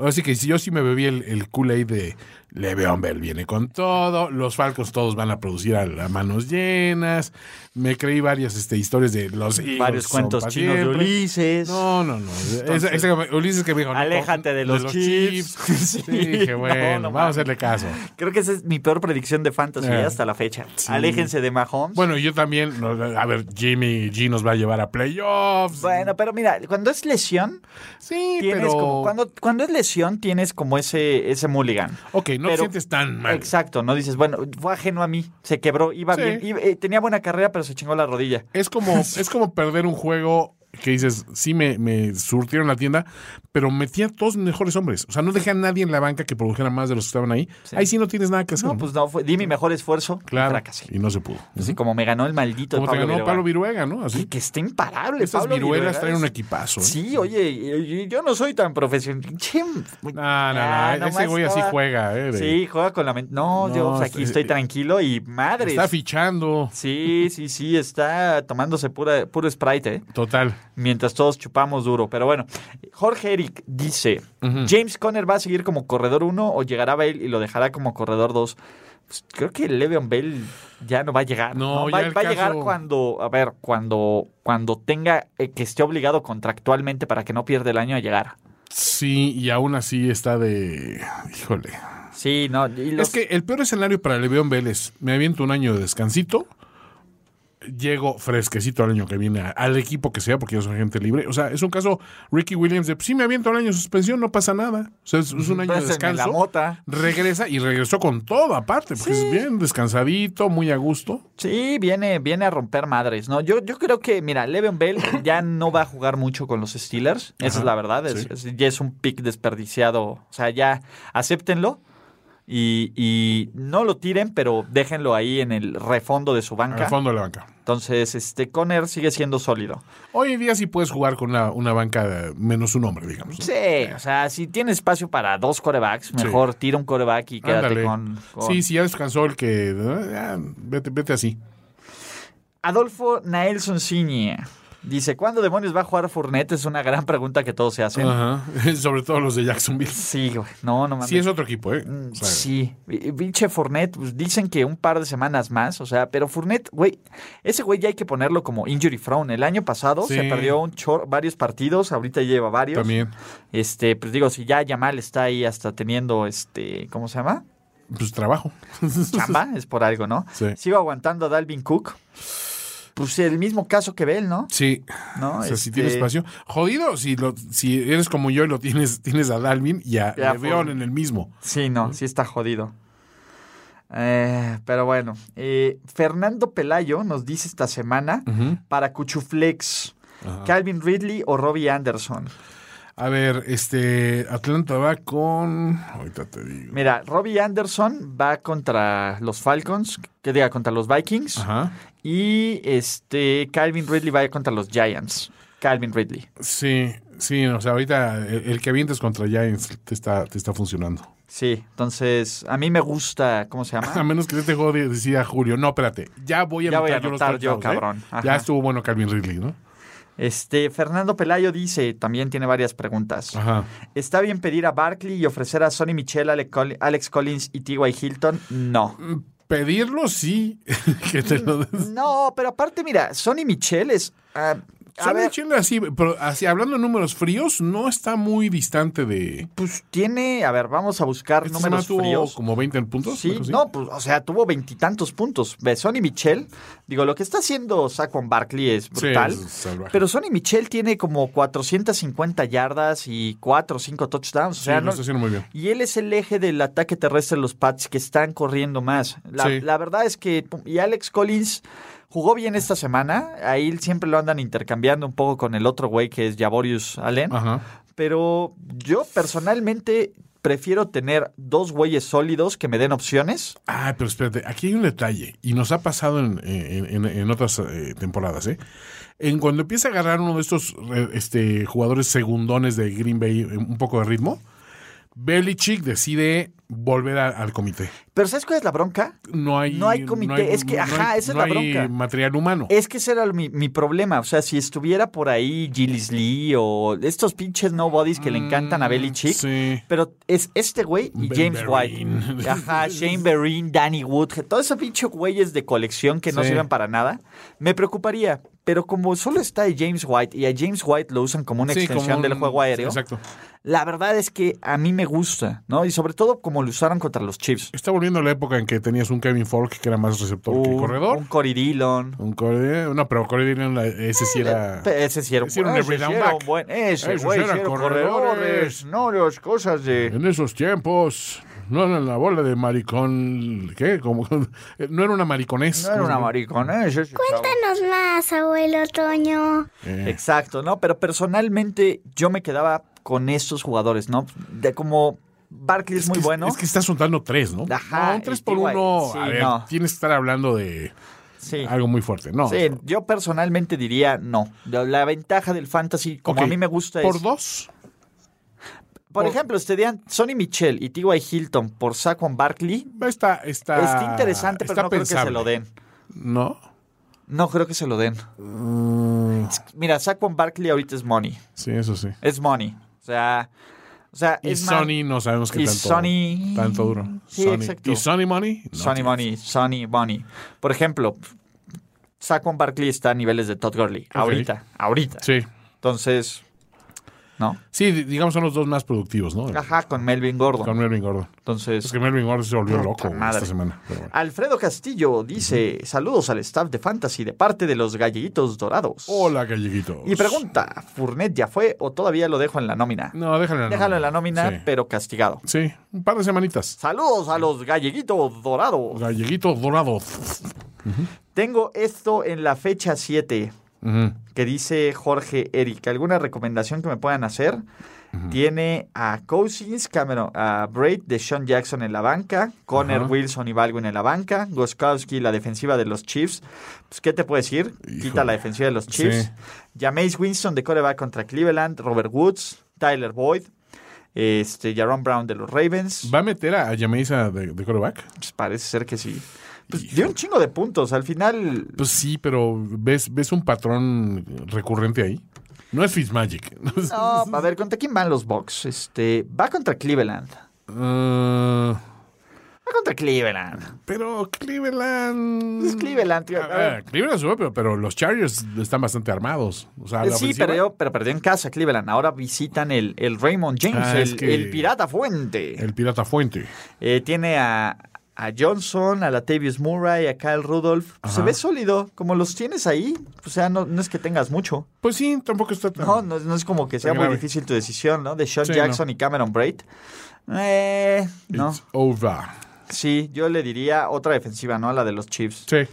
Speaker 3: Así que si yo sí me bebí el, el Kool-Aid de Le'Veon Bell viene con todo, los Falcos todos van a producir a, a manos llenas, me creí varias este, historias de los Eagles
Speaker 2: Varios
Speaker 3: son
Speaker 2: cuentos
Speaker 3: pa'
Speaker 2: chinos de
Speaker 3: siempre.
Speaker 2: Ulises.
Speaker 3: No, no, no. Esa- esa que me- Ulises que me dijo, no,
Speaker 2: Aléjate de los Chiefs.
Speaker 3: [LAUGHS] Sí,
Speaker 2: [LAUGHS] Sí,
Speaker 3: dije,
Speaker 2: no,
Speaker 3: bueno,
Speaker 2: no
Speaker 3: vamos a
Speaker 2: mames.
Speaker 3: hacerle caso.
Speaker 2: Creo que esa es mi peor predicción de Fantasy
Speaker 3: Eh,
Speaker 2: hasta la fecha. Aléjense de Mahomes.
Speaker 3: Bueno, yo también, no, a ver, Jimmy G nos va a llevar a playoffs.
Speaker 2: Bueno, pero mira, cuando es lesión,
Speaker 3: Sí,
Speaker 2: tienes
Speaker 3: pero.
Speaker 2: como. Cuando, cuando es lesión, tienes como ese, ese mulligan.
Speaker 3: Ok, no te
Speaker 2: Pero-
Speaker 3: sientes tan mal.
Speaker 2: Exacto, no dices, bueno, fue ajeno a mí, se quebró, iba
Speaker 3: Sí.
Speaker 2: bien, iba- eh, tenía buena carrera, pero se chingó la rodilla.
Speaker 3: Es como,
Speaker 2: [LAUGHS]
Speaker 3: es como perder un juego que dices, sí me, me surtieron la tienda, pero metí a todos mis mejores hombres. O sea, no dejé a nadie en la banca que produjera más de los que estaban ahí. Ahí sí no tienes nada que hacer.
Speaker 2: No, pues no, fue- di mi mejor esfuerzo,
Speaker 3: claro.
Speaker 2: fracasé.
Speaker 3: Y no se pudo.
Speaker 2: Así como me ganó el maldito
Speaker 3: Como te
Speaker 2: Pablo
Speaker 3: ganó
Speaker 2: Viruela.
Speaker 3: Pablo Viruega, ¿no? Así.
Speaker 2: Que- que está imparable,
Speaker 3: Estas
Speaker 2: Pablo
Speaker 3: viruelas
Speaker 2: Viruela
Speaker 3: traen
Speaker 2: es-
Speaker 3: un equipazo. ¿eh?
Speaker 2: Sí, oye, y- y- yo no soy tan profesional. Che,
Speaker 3: No, no, no.
Speaker 2: Ah,
Speaker 3: ese
Speaker 2: nomás
Speaker 3: güey así
Speaker 2: estaba-
Speaker 3: juega, ¿eh? de-
Speaker 2: Sí, juega con la mente. No,
Speaker 3: No,
Speaker 2: yo pues, aquí
Speaker 3: eh,
Speaker 2: estoy tranquilo y madres.
Speaker 3: Está fichando.
Speaker 2: Sí, sí, sí, está tomándose pura, puro Sprite, ¿eh?
Speaker 3: Total.
Speaker 2: mientras todos chupamos duro. Pero bueno, Jorge Eric dice, ¿James Conner va a seguir como corredor 1 o llegará Bale y lo dejará como corredor 2? Pues, creo que Le'Veon Bell ya no va a llegar.
Speaker 3: No, ya
Speaker 2: va,
Speaker 3: el
Speaker 2: va a llegar
Speaker 3: caso-
Speaker 2: cuando, a ver, cuando, cuando tenga, eh, que esté obligado contractualmente para que no pierda el año a llegar.
Speaker 3: Sí, y aún así está de. Híjole.
Speaker 2: Sí, no, y los-
Speaker 3: Es que el peor escenario para Le'Veon Vélez, me aviento un año de descansito, llego fresquecito al año que viene, a- al equipo que sea, porque yo soy gente libre. O sea, es un caso Ricky Williams de, sí, me aviento un año de suspensión, no pasa nada. O sea, es, es un año de
Speaker 2: Pásenme la
Speaker 3: descanso.
Speaker 2: mota.
Speaker 3: Regresa y regresó con todo aparte, porque es bien descansadito, muy a gusto.
Speaker 2: Sí, viene, viene a romper madres, ¿no? Yo, yo creo que, mira, Le'Veon
Speaker 3: [COUGHS]
Speaker 2: Bell ya no va a jugar mucho con los Steelers. Esa es la verdad. es- es- ya es un pick desperdiciado. O sea, ya acéptenlo. Y, y no lo tiren, pero déjenlo ahí en el refondo de su
Speaker 3: Al
Speaker 2: banca.
Speaker 3: fondo de la banca.
Speaker 2: Entonces, este Conner sigue siendo sólido.
Speaker 3: Hoy en día sí puedes jugar con una, una banca de menos un hombre, digamos. ¿no?
Speaker 2: Sí, o sea, si tiene espacio para dos corebacks, mejor tira un coreback y quédate
Speaker 3: Ándale.
Speaker 2: con, con-
Speaker 3: Sí, sí, ya descansó el que. ah, vete, vete así.
Speaker 2: Adolfo Naelson Ciñe dice: ¿Cuándo demonios va a jugar Fournette? Es una gran pregunta que todos se hacen.
Speaker 3: Ajá. [LAUGHS] Sobre todo los de Jacksonville.
Speaker 2: Sí, güey. No, no mames.
Speaker 3: Sí, es otro equipo, ¿eh?
Speaker 2: Mm,
Speaker 3: O sea,
Speaker 2: Sí, Y- pinche Fournette, pues, dicen que un par de semanas más, o sea, pero Fournette, güey, ese güey ya hay que ponerlo como injury prone. El año pasado
Speaker 3: Sí.
Speaker 2: se perdió un chor- varios partidos, ahorita lleva varios.
Speaker 3: También.
Speaker 2: Este, pues digo, si ya Yamal está ahí hasta teniendo, este, ¿cómo se
Speaker 3: [LAUGHS]
Speaker 2: llama?
Speaker 3: Pues trabajo.
Speaker 2: Chamba, es por algo, ¿no?
Speaker 3: Sí.
Speaker 2: Sigo aguantando a Dalvin Cook. Pues el mismo caso que Bell, ¿no?
Speaker 3: Sí.
Speaker 2: ¿No?
Speaker 3: O sea,
Speaker 2: Este,
Speaker 3: si tienes espacio. Jodido, si, lo, si eres como yo y lo tienes, tienes a Dalvin y a
Speaker 2: Ya,
Speaker 3: Le'Veon
Speaker 2: fue.
Speaker 3: en el mismo.
Speaker 2: Sí, no, sí está jodido. Eh, pero bueno, eh, Fernando Pelayo nos dice esta semana para Cuchuflex, Calvin Ridley o Robbie Anderson.
Speaker 3: A ver, este. Atlanta va con. Ahorita te digo.
Speaker 2: Mira, Robbie Anderson va contra los Falcons, que diga, contra los Vikings,
Speaker 3: Ajá.
Speaker 2: y este Calvin Ridley va contra los Giants. Calvin Ridley.
Speaker 3: Sí, sí, o sea, ahorita el, el que avientes contra Giants te está, te está funcionando.
Speaker 2: Sí, entonces a mí me gusta, ¿cómo se
Speaker 3: [LAUGHS] A
Speaker 2: llama?
Speaker 3: menos que este juego de- decida Julio, no, espérate, ya voy a
Speaker 2: Ah. Ya voy a
Speaker 3: anotar yo los
Speaker 2: anotar yo,
Speaker 3: touchdowns, ¿eh?
Speaker 2: cabrón. Ajá.
Speaker 3: Ya estuvo bueno Calvin Ridley, ¿no?
Speaker 2: Este Fernando Pelayo dice, también tiene varias preguntas.
Speaker 3: Ajá.
Speaker 2: ¿Está bien pedir a Barkley y ofrecer a Sonny Michel, Ale- Col- Alex Collins y T.Y. Hilton? No.
Speaker 3: Mm. Pedirlo sí, [LAUGHS] que te lo des.
Speaker 2: No, pero aparte, mira, Sonny Michel es. ah, a
Speaker 3: Son
Speaker 2: ver,
Speaker 3: echando así, pero así, hablando de números fríos, no está muy distante de.
Speaker 2: pues tiene. A ver, vamos a buscar
Speaker 3: Esta Este semana
Speaker 2: números
Speaker 3: tuvo
Speaker 2: fríos.
Speaker 3: como 20 puntos.
Speaker 2: Sí,
Speaker 3: una cosa así.
Speaker 2: no, pues, o sea, tuvo veintitantos puntos. Ve, Sonny Michel, digo, lo que está haciendo Saquon Barkley es
Speaker 3: Sí,
Speaker 2: brutal.
Speaker 3: es salvaje.
Speaker 2: pero Sonny Michel tiene como 450 yardas y 4 o 5 touchdowns. O
Speaker 3: Sí,
Speaker 2: sea,
Speaker 3: lo
Speaker 2: no-
Speaker 3: está haciendo muy bien.
Speaker 2: Y él es el eje del ataque terrestre de los Pats que están corriendo más. La,
Speaker 3: Sí.
Speaker 2: la verdad es que. pum, Y Alex Collins jugó bien esta semana. Ahí siempre lo andan intercambiando un poco con el otro güey que es Javorius Allen.
Speaker 3: Ajá.
Speaker 2: Pero yo personalmente prefiero tener dos güeyes sólidos que me den opciones.
Speaker 3: Ah, pero espérate, aquí hay un detalle, y nos ha pasado en, en- en- en otras eh, temporadas, ¿eh? En cuando empieza a agarrar uno de estos eh, este, jugadores segundones de Green Bay eh, un poco de ritmo, Belichick decide volver a- al comité.
Speaker 2: Pero ¿sabes cuál es la bronca?
Speaker 3: No hay,
Speaker 2: No hay comité, es que, ajá, esa es la bronca.
Speaker 3: hay material humano.
Speaker 2: Es que ese era mi, mi problema. O sea, si estuviera por ahí Gilles Lee o estos pinches nobodies que le encantan a Belichick.
Speaker 3: Mm, Sí.
Speaker 2: Pero es este güey y
Speaker 3: Ben
Speaker 2: James
Speaker 3: Vereen. [LAUGHS]
Speaker 2: White. Ajá, Shane Vereen, Danny Wood, todos esos pinches güeyes de colección que no
Speaker 3: Sí.
Speaker 2: sirven para nada. Me preocuparía. Pero como solo está James White y a James White lo usan como una
Speaker 3: Sí, como
Speaker 2: extensión del
Speaker 3: un-
Speaker 2: juego aéreo,
Speaker 3: Exacto.
Speaker 2: la verdad es que a mí me gusta, ¿no? Y sobre todo como lo usaron contra los Chiefs.
Speaker 3: Está volviendo la época en que tenías un Kevin Falk que era más receptor que
Speaker 2: Un-
Speaker 3: corredor.
Speaker 2: Un Cory Dillon.
Speaker 3: Un corredor. No, pero corredor era la- ese sí era.
Speaker 2: Ese sí era un,
Speaker 3: Ese era un
Speaker 2: ese
Speaker 3: every
Speaker 2: sí
Speaker 3: down
Speaker 2: era
Speaker 3: back.
Speaker 2: un buen. Ese
Speaker 3: Esos
Speaker 2: güey sí
Speaker 3: eran
Speaker 2: era
Speaker 3: corredores.
Speaker 2: corredores. Eh, No, las cosas de.
Speaker 3: En esos tiempos, no era la bola de maricón. ¿Qué? Como, [LAUGHS] no era una mariconés.
Speaker 2: No era una maricona. ese sí estaba-
Speaker 4: Cuéntanos más, abuelo Toño.
Speaker 3: Eh,
Speaker 2: Exacto, ¿no? Pero personalmente yo me quedaba con estos jugadores, ¿no? De como Barkley es, muy
Speaker 3: es-
Speaker 2: bueno.
Speaker 3: Es que estás soltando tres, ¿no?
Speaker 2: Ajá,
Speaker 3: No, un tres por
Speaker 2: y-
Speaker 3: uno.
Speaker 2: sí,
Speaker 3: a ver,
Speaker 2: no.
Speaker 3: tienes que estar hablando de
Speaker 2: sí.
Speaker 3: algo muy fuerte. No.
Speaker 2: Sí, yo personalmente diría no. La, la ventaja del fantasy, como
Speaker 3: Ok,
Speaker 2: a mí me gusta,
Speaker 3: Por
Speaker 2: es.
Speaker 3: dos.
Speaker 2: por
Speaker 3: por-
Speaker 2: ejemplo, si te dieran Sonny Michel y T.Y. Hilton por Saquon Barkley,
Speaker 3: Está, está,
Speaker 2: está interesante, pero
Speaker 3: Ah, está
Speaker 2: no
Speaker 3: pensable.
Speaker 2: creo que se lo den.
Speaker 3: No.
Speaker 2: No creo que se lo den.
Speaker 3: Mm,
Speaker 2: Mira, Saquon Barkley ahorita es money.
Speaker 3: sí, eso sí.
Speaker 2: Es money. O sea, o sea
Speaker 3: Y
Speaker 2: es más-
Speaker 3: Sony no sabemos qué
Speaker 2: y
Speaker 3: tanto,
Speaker 2: Sony-
Speaker 3: tanto duro.
Speaker 2: Sí,
Speaker 3: Sony.
Speaker 2: exacto.
Speaker 3: ¿Y Sony Money? No,
Speaker 2: Sonny
Speaker 3: tío.
Speaker 2: Money, Sonny Money. Por ejemplo, Saquon Barkley está a niveles de Todd Gurley. Ahorita, ahorita.
Speaker 3: Sí.
Speaker 2: Entonces, ¿no?
Speaker 3: Sí, di- digamos son los dos más productivos, ¿no?
Speaker 2: Ajá, con Melvin Gordon.
Speaker 3: Con Melvin Gordon. Es
Speaker 2: Entonces,
Speaker 3: que Melvin Gordon se volvió loco güey,
Speaker 2: madre.
Speaker 3: esta semana. pero bueno.
Speaker 2: Alfredo Castillo dice, saludos al staff de Fantasy de parte de los Galleguitos Dorados.
Speaker 3: Hola, galleguitos.
Speaker 2: Y pregunta, ¿Furnet ya fue o todavía lo dejo en la nómina?
Speaker 3: No, déjalo en la
Speaker 2: Déjalo en la
Speaker 3: nómina.
Speaker 2: nómina,
Speaker 3: Sí.
Speaker 2: pero castigado.
Speaker 3: Sí, un par de semanitas.
Speaker 2: Saludos a los Galleguitos Dorados.
Speaker 3: Galleguito dorado.
Speaker 2: Tengo esto en la fecha 7. que dice Jorge Eric. ¿Alguna recomendación que me puedan hacer? Tiene a Cousins, Cameron, a Braid, de Sean Jackson en la banca, Conner, Wilson y Baldwin en la banca, Goskowski, la defensiva de los Chiefs. Pues, ¿Qué te puedo decir? Quita la defensiva de los Chiefs.
Speaker 3: Sí.
Speaker 2: Jameis Winston de coreback contra Cleveland, Robert Woods, Tyler Boyd, este, Jaron Brown de los Ravens.
Speaker 3: ¿Va a meter a Yameiza de, de quarterback?
Speaker 2: Pues, parece ser que sí. Pues, dio un chingo de puntos. Al final,
Speaker 3: Pues sí, pero ¿ves, ves un patrón recurrente ahí? No es Fitzmagic.
Speaker 2: No,
Speaker 3: [LAUGHS]
Speaker 2: a ver, ¿contra quién van los Bucks? Este, va contra Cleveland. Va
Speaker 3: Ah,
Speaker 2: contra Cleveland.
Speaker 3: pero
Speaker 2: Es
Speaker 3: Cleveland...
Speaker 2: Cleveland, tío.
Speaker 3: A ver, Cleveland sube, pero, pero los Chargers están bastante armados. O sea, la
Speaker 2: Eh, Sí,
Speaker 3: ofensiva-
Speaker 2: perdió, pero perdió en casa Cleveland. Ahora visitan el, el Raymond James,
Speaker 3: Ah, es
Speaker 2: el,
Speaker 3: que-
Speaker 2: el pirata fuente.
Speaker 3: El Pirata Fuente.
Speaker 2: Eh, tiene a, a Johnson, a Latavius Murray, a Kyle Rudolph. Pues, se ve sólido. Como los tienes ahí, o sea, no, no es que tengas mucho.
Speaker 3: Pues sí, tampoco está tan...
Speaker 2: No, no, no es como que sea
Speaker 3: Tan
Speaker 2: muy
Speaker 3: grave.
Speaker 2: difícil tu decisión, ¿no? De Sean
Speaker 3: Sí,
Speaker 2: Jackson y Cameron Braid. Eh, no.
Speaker 3: It's over.
Speaker 2: Sí, yo le diría otra defensiva, ¿no? A la de los Chiefs.
Speaker 3: Sí.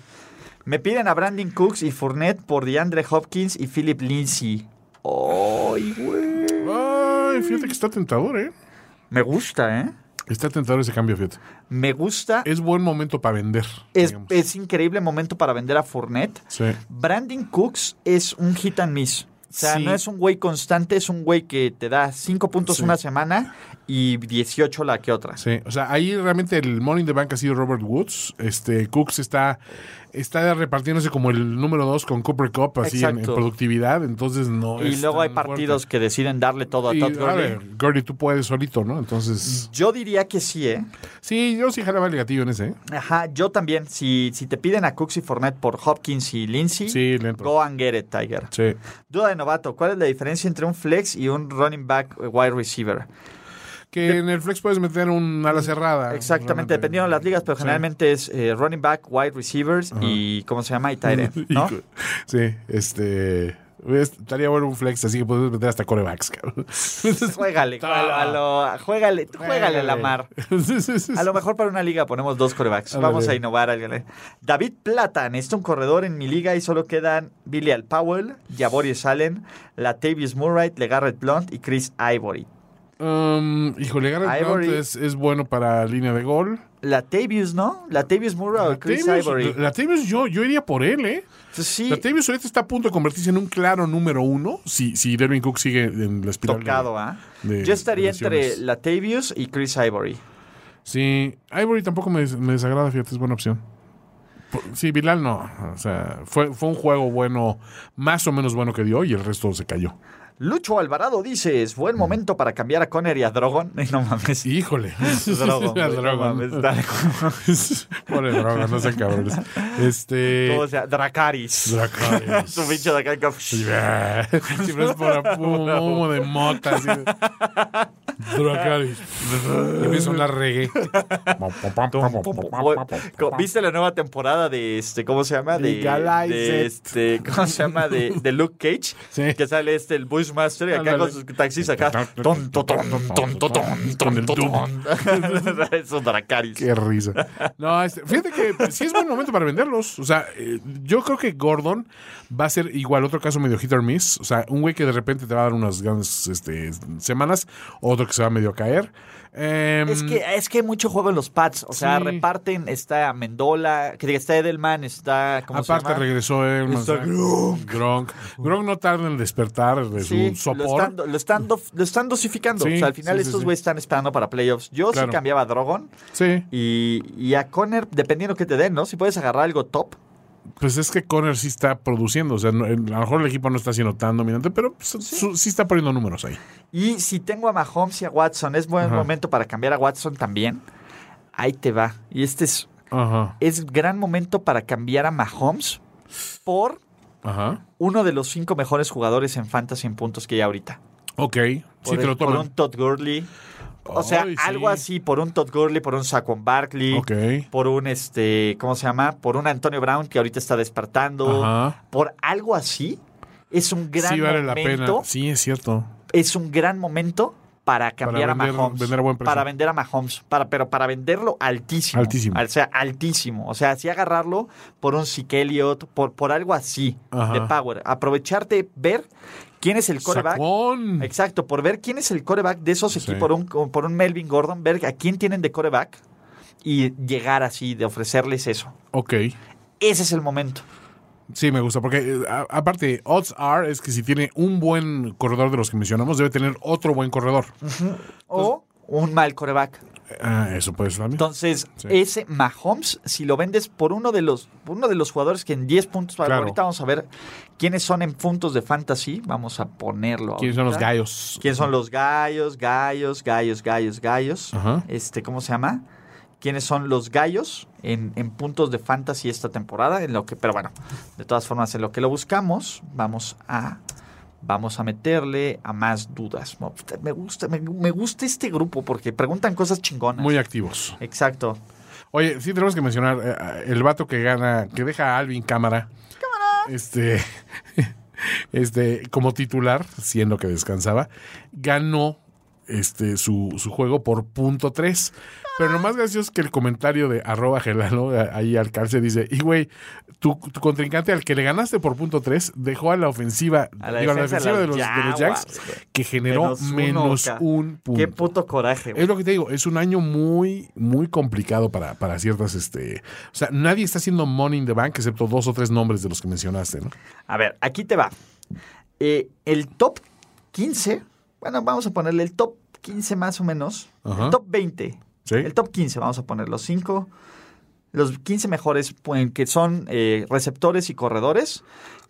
Speaker 2: Me piden a Brandon Cooks y Fournette por DeAndre Hopkins y Philip Lindsay. ¡Ay, güey!
Speaker 3: Ay, fíjate que está tentador, ¿eh?
Speaker 2: Me gusta, ¿eh?
Speaker 3: Está tentador ese cambio, fíjate.
Speaker 2: Me gusta.
Speaker 3: Es buen momento para vender.
Speaker 2: Es,
Speaker 3: digamos.
Speaker 2: es increíble momento para vender a Fournette.
Speaker 3: Sí.
Speaker 2: Brandon Cooks es un hit and miss. O sea,
Speaker 3: Sí.
Speaker 2: no es un güey constante, es un güey que te da 5 puntos
Speaker 3: Sí.
Speaker 2: una semana y 18 la que otra.
Speaker 3: Sí, o sea, ahí realmente el morning de bank ha sido Robert Woods. Este, Cooks está, está repartiéndose como el número dos con Cooper Cup, así en, en
Speaker 2: Exacto.
Speaker 3: productividad. Entonces no
Speaker 2: y
Speaker 3: es
Speaker 2: luego hay
Speaker 3: tan fuerte.
Speaker 2: partidos que deciden darle todo a
Speaker 3: Y,
Speaker 2: Todd
Speaker 3: a
Speaker 2: Gurley.
Speaker 3: ver, Gurley, tú puedes solito, ¿no? Entonces,
Speaker 2: Yo diría que sí, ¿eh?
Speaker 3: sí, yo sí jalaba el gatillo en ese. ¿eh?
Speaker 2: Ajá, yo también. Si, si te piden a Cooks y Fournette por Hopkins y Lindsay,
Speaker 3: Sí, lento.
Speaker 2: go and get it, Tiger.
Speaker 3: Sí.
Speaker 2: Duda de novato, ¿cuál es la diferencia entre un flex y un running back eh, wide receiver?
Speaker 3: Que en el flex puedes meter un ala cerrada.
Speaker 2: Exactamente,
Speaker 3: Ah, realmente.
Speaker 2: dependiendo de las ligas, pero
Speaker 3: Sí.
Speaker 2: generalmente es eh, running back, wide receivers y, ¿cómo se llama? Y tight end, ¿no?
Speaker 3: [LAUGHS] Hijo. Sí, este. ves, Estaría bueno un flex, así que puedes meter hasta corebacks, cabrón.
Speaker 2: Juégale, a lo- a lo- juégale, tú juégale la mar.
Speaker 3: [LAUGHS] Sí, sí, sí.
Speaker 2: A lo mejor para una liga ponemos dos corebacks.
Speaker 3: Ándale.
Speaker 2: Vamos a innovar. ándale. David Plata, necesita un corredor en mi liga y solo quedan Billy Al Powell, Jaborius Allen, Latavius Murray, LeGarrette Blunt y Chris Ivory.
Speaker 3: Um, híjole, Garrett
Speaker 2: Ivory.
Speaker 3: Blount es, es bueno para línea de gol.
Speaker 2: Latavius, ¿no? Latavius Murray o Oh, Chris Ivory.
Speaker 3: Latavius, yo, yo iría por él, ¿eh?
Speaker 2: Pues sí,
Speaker 3: Latavius ahorita está a punto de convertirse en un claro número uno si, si Derwin Cook sigue en la espiral. de-
Speaker 2: tocado, ¿ah?
Speaker 3: de-
Speaker 2: Yo estaría
Speaker 3: de lesiones.
Speaker 2: entre Latavius y Chris Ivory.
Speaker 3: Sí, Ivory tampoco me, des- me desagrada, fíjate, es buena opción. Por- Sí, Bilal no. O sea, fue, fue un juego bueno, más o menos bueno que dio y el resto se cayó.
Speaker 2: Lucho Alvarado dice, es buen momento para cambiar a Conner y a Drogon. [LAUGHS] No mames.
Speaker 3: Híjole.
Speaker 2: Drogon,
Speaker 3: La
Speaker 2: güey, no
Speaker 3: Drogon.
Speaker 2: mames, dale.
Speaker 3: Pobre Drogon, no sean cabrones. Este.
Speaker 2: O sea, Dracaris.
Speaker 3: Dracarys.
Speaker 2: Su pinche Dracarys.
Speaker 3: Sí, bah. Siempre es por apu- humo de mota. así de- Dracarys. Y empieza a sonar reggae.
Speaker 2: Güey, co- ¿Viste la nueva temporada de este, ¿cómo se llama? De,
Speaker 3: Legalize
Speaker 2: de
Speaker 3: it.
Speaker 2: este, ¿cómo se llama? De, de Luke Cage,
Speaker 3: eh. Sí.
Speaker 2: que sale este el Bushmaster y acá
Speaker 3: Ándale. Este,
Speaker 2: con sus taxis acá. Ton, ton, ton, ton, ton, ton, ton,
Speaker 3: Con el
Speaker 2: ton,
Speaker 3: Doom.
Speaker 2: ton. [LAUGHS]
Speaker 3: [LAUGHS]
Speaker 2: Es un Dracaris.
Speaker 3: Qué risa. [LAUGHS] No, este, fíjate que sí es buen momento para venderlos. O sea, eh, yo creo que Gordon va a ser igual otro caso medio hit or miss. O sea, un güey que de repente te va a dar unas grandes este, semanas, otro que se va medio a caer. Em,
Speaker 2: Es que, es que hay mucho juego en los pads. O sea,
Speaker 3: Sí.
Speaker 2: reparten. Está Mendola, que diga, está Edelman, está. ¿cómo se
Speaker 3: Aparte
Speaker 2: llama?
Speaker 3: regresó él.
Speaker 2: Está
Speaker 3: Gronk. Gronk. Gronk no tarda en despertar de
Speaker 2: Sí,
Speaker 3: su
Speaker 2: lo
Speaker 3: sopor.
Speaker 2: están, lo están dof- lo están dosificando.
Speaker 3: Sí,
Speaker 2: o sea, al final
Speaker 3: sí, sí,
Speaker 2: estos
Speaker 3: sí.
Speaker 2: güeyes están esperando para playoffs. Yo sí
Speaker 3: Claro.
Speaker 2: cambiaba a Drogon
Speaker 3: Sí.
Speaker 2: y, y a Conner, dependiendo que te den, ¿no? Si puedes agarrar algo top.
Speaker 3: Pues es que Conner sí está produciendo. O sea, no- a lo mejor el equipo no está siendo tan dominante, pero pues, su- sí, está poniendo números ahí.
Speaker 2: Y si tengo a Mahomes y a Watson, es buen
Speaker 3: Ajá.
Speaker 2: momento para cambiar a Watson también. Ahí te va. Y este es,
Speaker 3: Ajá.
Speaker 2: es gran momento para cambiar a Mahomes por
Speaker 3: Ajá.
Speaker 2: uno de los cinco mejores jugadores en fantasy en puntos que hay ahorita.
Speaker 3: Ok.
Speaker 2: Por,
Speaker 3: Sí, te
Speaker 2: el-
Speaker 3: lo
Speaker 2: por un
Speaker 3: toman.
Speaker 2: Todd Gurley. O sea,
Speaker 3: Ay, sí.
Speaker 2: algo así, por un Todd Gurley, por un Saquon Barkley,
Speaker 3: Ok.
Speaker 2: por un, este, ¿cómo se llama? Por un Antonio Brown que ahorita está despertando.
Speaker 3: Ajá.
Speaker 2: Por algo así, es un gran
Speaker 3: sí vale la
Speaker 2: momento.
Speaker 3: pena. Sí, es cierto.
Speaker 2: Es un gran momento para cambiar
Speaker 3: vender-
Speaker 2: a Mahomes.
Speaker 3: vender a buen precio.
Speaker 2: Para vender a Mahomes. Para, pero para venderlo altísimo.
Speaker 3: Altísimo.
Speaker 2: O sea, altísimo. O sea, así agarrarlo por un Sick Elliott, por, por algo así
Speaker 3: Ajá.
Speaker 2: de Power. Aprovecharte, ver quién es el coreback.
Speaker 3: Sacón.
Speaker 2: Exacto, por ver quién es el coreback de esos
Speaker 3: Sí.
Speaker 2: equipos, por un, por un Melvin Gordon, ver a quién tienen de coreback y llegar así, de ofrecerles eso.
Speaker 3: Ok.
Speaker 2: Ese es el momento.
Speaker 3: Sí, me gusta, porque eh, a- aparte, odds are es que si tiene un buen corredor de los que mencionamos, debe tener otro buen corredor.
Speaker 2: Mm. O un mal coreback.
Speaker 3: Ah, eso puede ser también.
Speaker 2: Entonces,
Speaker 3: Sí.
Speaker 2: ese Mahomes, si lo vendes por uno de los, por uno de los jugadores que en 10 puntos,
Speaker 3: Claro.
Speaker 2: ahorita vamos a ver quiénes son en puntos de fantasy, vamos a ponerlo.
Speaker 3: ¿Quiénes son los
Speaker 2: ahorita.
Speaker 3: gallos?
Speaker 2: ¿Quiénes son los gallos? Gallos, gallos, gallos, gallos.
Speaker 3: Ajá.
Speaker 2: Este, ¿cómo se llama? ¿Quiénes son los gallos en, en puntos de fantasy esta temporada? En lo que, pero bueno, de todas formas, en lo que lo buscamos, vamos a. Vamos a meterle a más dudas. Mo- Me gusta, me, me gusta este grupo porque preguntan cosas chingonas.
Speaker 3: Muy activos.
Speaker 2: Exacto.
Speaker 3: Oye, sí tenemos que mencionar eh, el vato que gana, que deja a Alvin Cámara. Este, [LAUGHS] este, como titular, siendo que descansaba, ganó este, su, su juego por punto 3. Pero lo más gracioso es que el comentario de arroba gelano, a- ahí al calce, dice, y güey, tu, tu contrincante al que le ganaste por punto 3 dejó a la ofensiva,
Speaker 2: A la
Speaker 3: digo, a la
Speaker 2: defensa
Speaker 3: defensiva
Speaker 2: de
Speaker 3: de
Speaker 2: los
Speaker 3: los, de los
Speaker 2: Jaguars,
Speaker 3: Jacks,
Speaker 2: güey.
Speaker 3: que generó
Speaker 2: Menos uno,
Speaker 3: menos
Speaker 2: ca-
Speaker 3: un punto.
Speaker 2: Qué puto coraje, güey.
Speaker 3: Es lo que te digo, es un año muy, muy complicado para, para ciertas, este, o sea, nadie está haciendo money in the bank excepto dos o tres nombres de los que mencionaste, ¿no?
Speaker 2: A ver, aquí te va. Eh, el top 15, bueno, vamos a ponerle el top 15 más o menos.
Speaker 3: Ajá.
Speaker 2: El top 20.
Speaker 3: Sí.
Speaker 2: El top 15, vamos a poner los 5. Los 15 mejores pues, que son eh, receptores y corredores.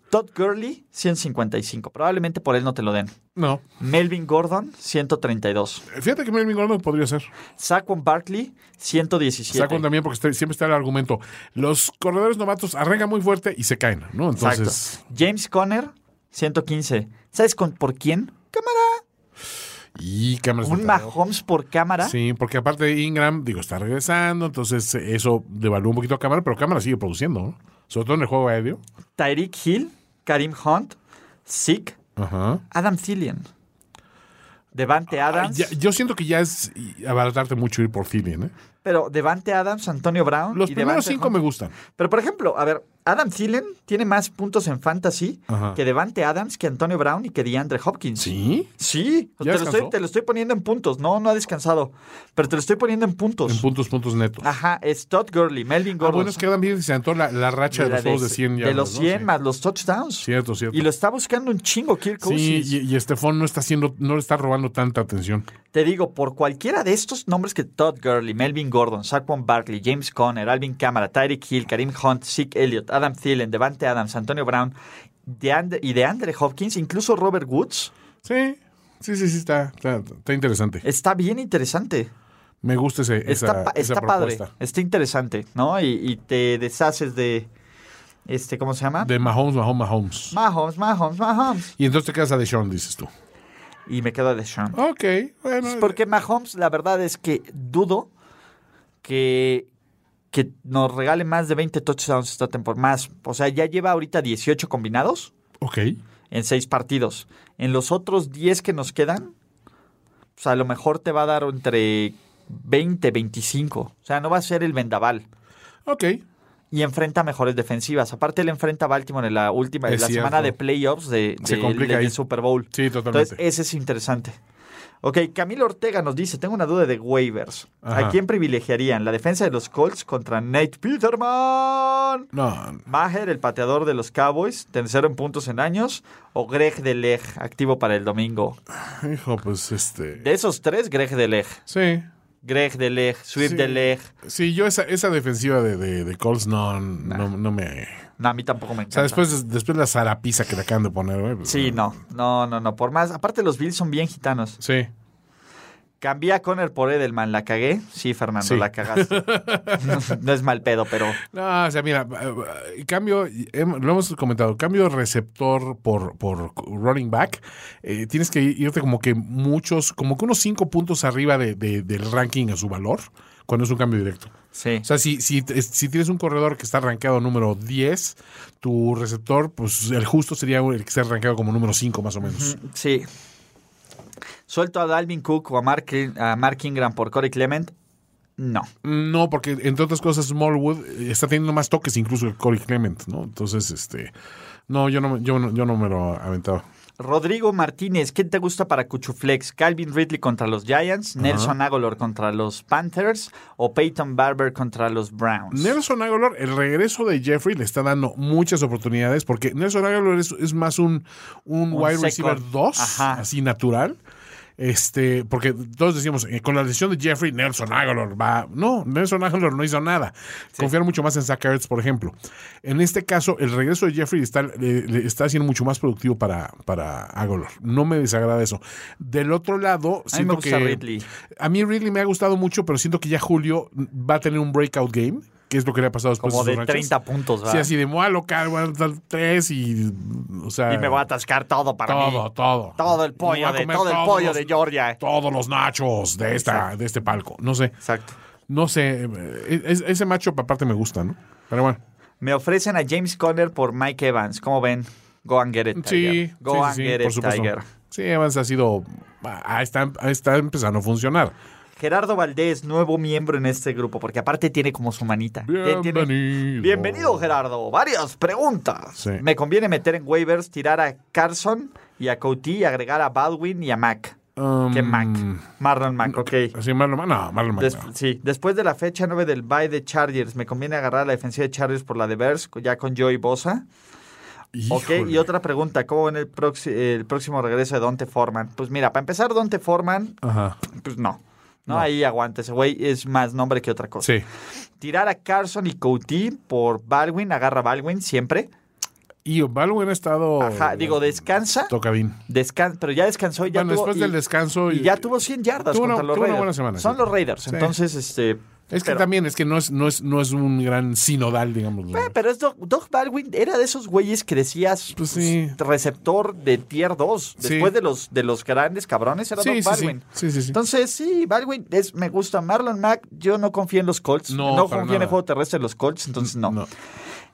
Speaker 2: Todd Gurley, 155. Probablemente por él no te lo den.
Speaker 3: No.
Speaker 2: Melvin Gordon, 132.
Speaker 3: Fíjate que Melvin Gordon podría ser.
Speaker 2: Saquon Barkley, 117.
Speaker 3: Saco también porque está- siempre está el argumento. Los corredores novatos arrancan muy fuerte y se caen, ¿no?
Speaker 2: Exacto.
Speaker 3: Entonces,
Speaker 2: James Conner, 115. ¿Sabes con, por quién? Cámara.
Speaker 3: y cámaras.
Speaker 2: Un
Speaker 3: de-
Speaker 2: Mahomes por cámara.
Speaker 3: Pues Sí, porque aparte de Ingram, digo, está regresando, entonces eh, eso devalúa un poquito a cámara, pero cámara sigue produciendo, ¿no? Sobre todo en el juego aéreo.
Speaker 2: Tyreek Hill, Karim Hunt, Zeke,
Speaker 3: Ajá.
Speaker 2: Adam Thielen. Devante Adams.
Speaker 3: Ya- yo siento que ya es y, abaratarte mucho ir por Thielen, ¿eh?
Speaker 2: Pero Devante Adams, Antonio Brown.
Speaker 3: Los
Speaker 2: y
Speaker 3: primeros
Speaker 2: Devante
Speaker 3: cinco
Speaker 2: Hunt.
Speaker 3: me gustan.
Speaker 2: Pero por ejemplo, a ver, Adam Thielen tiene más puntos en fantasy
Speaker 3: Ajá.
Speaker 2: que Devante Adams, que Antonio Brown y que DeAndre Hopkins.
Speaker 3: ¿Sí?
Speaker 2: Sí, te
Speaker 3: ¿Ya
Speaker 2: lo,
Speaker 3: descansó?
Speaker 2: estoy, te lo estoy poniendo en puntos. No, no ha descansado. Pero te lo estoy poniendo en puntos.
Speaker 3: En puntos, puntos netos.
Speaker 2: Ajá, es Todd Gurley, Melvin
Speaker 3: Ah,
Speaker 2: Gordon.
Speaker 3: bueno, es que Adam Virgen se aventó la, la racha de,
Speaker 2: la
Speaker 3: los juegos de 100 ya.
Speaker 2: de los 100 más los touchdowns.
Speaker 3: Cierto, cierto.
Speaker 2: Y lo está buscando un chingo Kirk
Speaker 3: Sí,
Speaker 2: Cousins.
Speaker 3: y, y Estefón no está haciendo, no le está robando tanta atención.
Speaker 2: Te digo, por cualquiera de estos nombres que Todd Gurley, Melvin Gordon, Saquon Barkley, James Conner, Alvin Kamara, Tyreek Hill, Karim Hunt, Zeke Elliott, Adam Thielen, Devante Adams, Antonio Brown DeAndre- y de Andre Hopkins, incluso Robert Woods,
Speaker 3: Sí, sí, sí, sí, está, está, está interesante.
Speaker 2: está bien interesante.
Speaker 3: Me gusta ese,
Speaker 2: Está,
Speaker 3: esa,
Speaker 2: pa-
Speaker 3: esa
Speaker 2: está padre,
Speaker 3: propuesta.
Speaker 2: está interesante, ¿no? Y, y te deshaces de, este, ¿cómo se llama?
Speaker 3: De Mahomes, Mahomes, Mahomes.
Speaker 2: Mahomes, Mahomes, Mahomes.
Speaker 3: Y entonces te quedas a Deshaun, dices tú.
Speaker 2: Y me quedo de Sean.
Speaker 3: Ok, bueno.
Speaker 2: Pues Porque Mahomes, la verdad es que dudo que, que nos regale más de 20 touchdowns esta temporada. Más. O sea, ya lleva ahorita 18 combinados
Speaker 3: Ok.
Speaker 2: en 6 partidos. En los otros 10 que nos quedan, pues a lo mejor te va a dar entre 20, 25. O sea, no va a ser el vendaval.
Speaker 3: Ok.
Speaker 2: Y enfrenta mejores defensivas. Aparte, él enfrenta a Baltimore en la última, en
Speaker 3: Es
Speaker 2: la
Speaker 3: cierto.
Speaker 2: semana de playoffs de,
Speaker 3: Se
Speaker 2: de-
Speaker 3: complica
Speaker 2: del
Speaker 3: ahí.
Speaker 2: Super Bowl.
Speaker 3: Sí, totalmente.
Speaker 2: Entonces, ese es interesante. Ok, Camilo Ortega nos dice, tengo una duda de waivers.
Speaker 3: Ajá.
Speaker 2: ¿A quién privilegiarían? ¿La defensa de los Colts contra Nate Peterman?
Speaker 3: No,
Speaker 2: Maher, el pateador de los Cowboys, tercero en puntos en años, o Greg Deleg, activo para el domingo.
Speaker 3: hijo, pues este.
Speaker 2: De esos tres, Greg Deleg.
Speaker 3: Sí.
Speaker 2: Greg Deleg, Swift
Speaker 3: Sí.
Speaker 2: Deleg.
Speaker 3: Sí, yo esa, esa defensiva de, de, de Colts no, no, no me.
Speaker 2: No, a mí tampoco me
Speaker 3: O
Speaker 2: encanta.
Speaker 3: sea, después, después la zarapiza que le acaban de poner, güey. pues,
Speaker 2: Sí, no, no, no, no. Por más, aparte los Bills son bien gitanos.
Speaker 3: Sí.
Speaker 2: Cambié a Conner por Edelman, ¿la cagué? Sí, Fernando,
Speaker 3: Sí.
Speaker 2: la
Speaker 3: [LAUGHS]
Speaker 2: cagaste. no es mal pedo, pero...
Speaker 3: No, o sea, mira, eh, cambio, hem- lo hemos comentado, cambio de receptor por, por running back, eh, tienes que irte como que muchos, como que unos cinco puntos arriba de, de- del ranking a su valor cuando es un cambio directo.
Speaker 2: Sí.
Speaker 3: O sea, si, si, si tienes un corredor que está rankeado número 10, tu receptor, pues el justo sería el que está rankeado como número 5 más o menos.
Speaker 2: Sí. ¿Suelto a Dalvin Cook o a Mark, a Mark Ingram por Corey Clement? No.
Speaker 3: No, porque entre otras cosas, Smallwood eh, está teniendo más toques incluso que Corey Clement, ¿no? Entonces, este. No, yo no, me- yo no, yo no me lo aventaba.
Speaker 2: Rodrigo Martínez, ¿quién te gusta para Cuchuflex? ¿Calvin Ridley contra los Giants? ¿Nelson Agolor contra los Panthers? ¿O Peyton Barber contra los Browns?
Speaker 3: Nelson Aguilar, el regreso de Jeffrey le está dando muchas oportunidades porque Nelson Aguilar es, es más un, un,
Speaker 2: Un
Speaker 3: wide
Speaker 2: second.
Speaker 3: receiver 2,
Speaker 2: Ajá.
Speaker 3: así natural. Este, porque todos decíamos, eh, con la decisión de Jeffrey, Nelson Aguilar va. No, Nelson Aguilar no hizo nada. Confiar mucho más en Zach Ertz, por ejemplo. En este caso, el regreso de Jeffrey está, le- le está siendo mucho más productivo para, para Aguilar. No me desagrada eso. Del otro lado,
Speaker 2: A mí
Speaker 3: siento
Speaker 2: me gusta
Speaker 3: que-
Speaker 2: Ridley.
Speaker 3: a mí Ridley me ha gustado mucho, pero siento que ya Julio va a tener un breakout game, que es lo que le ha pasado después
Speaker 2: Como
Speaker 3: sus
Speaker 2: de
Speaker 3: ranchas.
Speaker 2: 30 puntos, ¿verdad?
Speaker 3: Sí, así de me voy a locar, voy a dar tres y. O sea.
Speaker 2: Y me voy a atascar todo para
Speaker 3: Todo,
Speaker 2: mí.
Speaker 3: todo.
Speaker 2: Todo el
Speaker 3: Me voy a
Speaker 2: pollo de-
Speaker 3: comer
Speaker 2: todo el
Speaker 3: todos
Speaker 2: pollo
Speaker 3: los-
Speaker 2: de Georgia. eh.
Speaker 3: Todos los nachos de, esta, de este palco. No sé.
Speaker 2: Exacto.
Speaker 3: No sé. eh, es- ese macho aparte me gusta, ¿no? Pero bueno.
Speaker 2: Me ofrecen a James Conner por Mike Evans. ¿Cómo ven? Go and get it, Tiger.
Speaker 3: Sí,
Speaker 2: Go
Speaker 3: sí, sí,
Speaker 2: and
Speaker 3: sí,
Speaker 2: get
Speaker 3: por
Speaker 2: it,
Speaker 3: supuesto.
Speaker 2: Tiger.
Speaker 3: Sí, Evans ha sido. ah, Está, está empezando a funcionar.
Speaker 2: Gerardo Valdés, nuevo miembro en este grupo, porque aparte tiene como su manita. Tiene- tiene-
Speaker 3: Bienvenido.
Speaker 2: Bienvenido, Gerardo. Varias preguntas.
Speaker 3: Sí.
Speaker 2: Me conviene meter en waivers, tirar a Carson y a Couty y agregar a Baldwin y a Mac.
Speaker 3: Um,
Speaker 2: ¿Qué Mac? Marlon Mac, ok.
Speaker 3: Así, Marlon Mack, No, Marlon Mack,
Speaker 2: Des-
Speaker 3: no.
Speaker 2: sí, después de la fecha 9 del bye de Chargers, me conviene agarrar la defensiva de Chargers por la de Bears, ya con Joey Bosa. Ok,
Speaker 3: Híjole.
Speaker 2: y otra pregunta, ¿cómo ven el, proxi- el próximo regreso de Dante Forman? Pues mira, para empezar, Dante Forman,
Speaker 3: Ajá.
Speaker 2: pues no. No, ahí aguanta, ese güey es más nombre que otra cosa.
Speaker 3: Sí.
Speaker 2: Tirar a Carson y Couty por Baldwin, agarra a Baldwin siempre.
Speaker 3: Y Baldwin ha estado.
Speaker 2: Ajá, digo, descansa,
Speaker 3: Tocadín.
Speaker 2: descan- pero ya descansó y ya
Speaker 3: Bueno,
Speaker 2: tuvo-
Speaker 3: después
Speaker 2: y-
Speaker 3: del descanso.
Speaker 2: y ya tuvo 100 yardas
Speaker 3: Tuvo una-
Speaker 2: contra los
Speaker 3: tuvo una
Speaker 2: Raiders.
Speaker 3: buena semana,
Speaker 2: Son
Speaker 3: sí.
Speaker 2: los Raiders,
Speaker 3: Sí.
Speaker 2: entonces este
Speaker 3: Es que
Speaker 2: pero-
Speaker 3: también es que no es, no es, no es un gran sinodal, digamos.
Speaker 2: Eh, Pero es Doc, Doc Baldwin era de esos güeyes que decías
Speaker 3: Pues sí.
Speaker 2: pues, receptor de tier 2.
Speaker 3: Sí.
Speaker 2: Después de los de los grandes cabrones era
Speaker 3: Sí,
Speaker 2: Doc
Speaker 3: sí, sí,
Speaker 2: Baldwin.
Speaker 3: sí, sí, sí.
Speaker 2: Entonces, sí, Baldwin es, me gusta. Marlon Mack, yo no confío en los Colts.
Speaker 3: No,
Speaker 2: No,
Speaker 3: para
Speaker 2: confío en
Speaker 3: nada.
Speaker 2: el juego terrestre de los Colts, entonces no.
Speaker 3: No.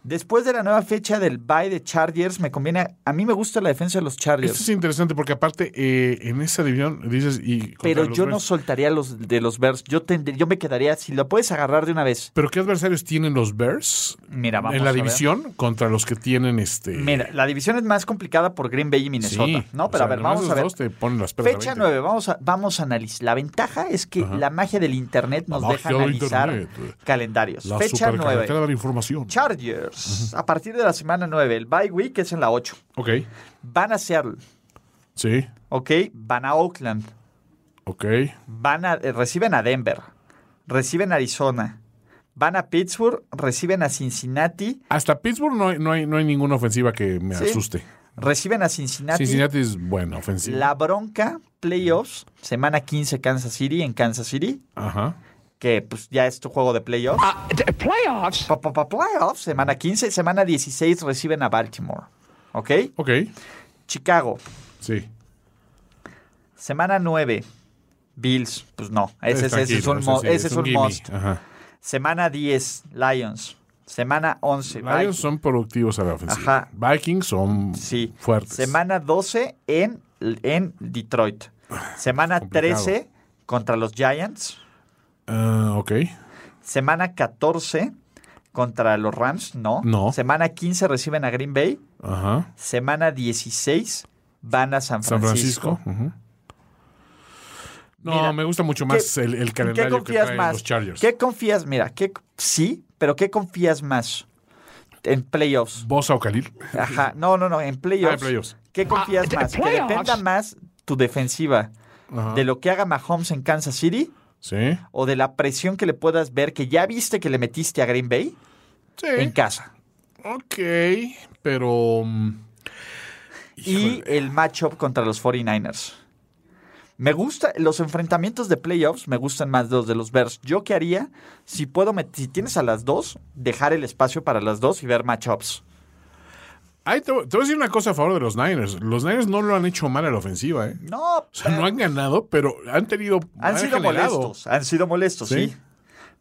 Speaker 2: Después de la nueva fecha del bye de Chargers, me conviene. A, a mí me gusta la defensa de los Chargers.
Speaker 3: Esto es interesante porque aparte eh, en esa división dices y contra
Speaker 2: pero
Speaker 3: los
Speaker 2: yo no
Speaker 3: Bears.
Speaker 2: soltaría los de los Bears. Yo, tendré- yo me quedaría, si lo puedes agarrar de una vez.
Speaker 3: Pero qué adversarios tienen los Bears
Speaker 2: Mira, vamos
Speaker 3: en la
Speaker 2: a ver.
Speaker 3: división contra los que tienen este.
Speaker 2: Mira, la división es más complicada por Green Bay y Minnesota.
Speaker 3: Sí.
Speaker 2: no,
Speaker 3: O
Speaker 2: pero
Speaker 3: sea,
Speaker 2: a ver,
Speaker 3: nomás
Speaker 2: vamos
Speaker 3: esos
Speaker 2: a ver.
Speaker 3: dos te ponen las perras a
Speaker 2: Fecha
Speaker 3: 20.
Speaker 2: 9, vamos a, vamos a analizar. La ventaja es que la magia del Internet nos
Speaker 3: La
Speaker 2: deja
Speaker 3: magia del
Speaker 2: analizar
Speaker 3: Internet.
Speaker 2: calendarios.
Speaker 3: La
Speaker 2: Fecha
Speaker 3: supercarretera
Speaker 2: 9.
Speaker 3: de la información.
Speaker 2: Chargers, a partir de la semana 9, el bye week es en la 8.
Speaker 3: Ok.
Speaker 2: Van a Seattle,
Speaker 3: Sí.
Speaker 2: ¿ok? Van a Oakland,
Speaker 3: Ok.
Speaker 2: van a, eh, reciben a Denver, reciben a Arizona, van a Pittsburgh, reciben a Cincinnati,
Speaker 3: Hasta Pittsburgh no hay, no hay, no hay ninguna ofensiva que me
Speaker 2: Sí.
Speaker 3: asuste.
Speaker 2: reciben a Cincinnati,
Speaker 3: Cincinnati es buena ofensiva.
Speaker 2: La Bronca, playoffs, semana 15 Kansas City, en Kansas City,
Speaker 3: Ajá.
Speaker 2: que pues ya es tu juego Ah, de playoffs.
Speaker 5: playoffs?
Speaker 2: Pa- pa- pa- playoffs, semana 15, semana 16 reciben a Baltimore. ¿Ok?
Speaker 3: Ok.
Speaker 2: Chicago,
Speaker 3: Sí.
Speaker 2: semana 9, Bills. Pues no, ese, es- ese es
Speaker 3: Tranquilo,
Speaker 2: un,
Speaker 3: ese
Speaker 2: mo-
Speaker 3: sí,
Speaker 2: ese es un
Speaker 3: gimme. ah.
Speaker 2: must.
Speaker 3: Ajá.
Speaker 2: Semana 10, Lions. Semana 11,
Speaker 3: Lions
Speaker 2: Vikings.
Speaker 3: son productivos a la ofensiva.
Speaker 2: Ajá.
Speaker 3: Vikings son
Speaker 2: Sí.
Speaker 3: fuertes.
Speaker 2: Semana 12 en, en Detroit. Semana
Speaker 3: Complicado.
Speaker 2: 13 contra los Giants.
Speaker 3: Ah, ok.
Speaker 2: Semana 14 contra los Rams, no.
Speaker 3: No.
Speaker 2: Semana 15 reciben a Green Bay.
Speaker 3: Ajá.
Speaker 2: Semana 16 van a San
Speaker 3: San
Speaker 2: Francisco.
Speaker 3: Francisco. ujú. No,
Speaker 2: Mira,
Speaker 3: me gusta mucho más el, el
Speaker 2: ¿En ¿Qué
Speaker 3: calendario que
Speaker 2: confías
Speaker 3: traen
Speaker 2: más?
Speaker 3: los Chargers.
Speaker 2: ¿Qué confías? Mira, ¿qué, sí, pero ¿qué confías más? En playoffs.
Speaker 3: ¿Bosa o Khalil? [LAUGHS]
Speaker 2: Ajá. No, no, no, en playoffs.
Speaker 3: Ah, en playoffs.
Speaker 2: ¿Qué confías
Speaker 5: de
Speaker 2: más? Que
Speaker 5: playoffs.
Speaker 2: dependa más tu defensiva de lo que haga Mahomes en Kansas City
Speaker 3: Sí.
Speaker 2: o de la presión que le puedas ver que ya viste que le metiste a Green Bay
Speaker 3: Sí.
Speaker 2: en casa.
Speaker 3: ok, pero... mm,
Speaker 2: y el matchup contra los 49ers. Me gusta, los enfrentamientos de playoffs me gustan más los de los Bears. Yo qué haría si puedo, met- si tienes a las dos, dejar el espacio para las dos y ver matchups.
Speaker 3: Ay, te, voy- te voy a decir una cosa a favor de los Niners. Los Niners no lo han hecho mal a la ofensiva, ¿eh?
Speaker 2: No,
Speaker 3: O sea, no han ganado, pero han tenido...
Speaker 2: Ah. han sido
Speaker 3: generado.
Speaker 2: molestos, han sido molestos, sí.
Speaker 3: Sí.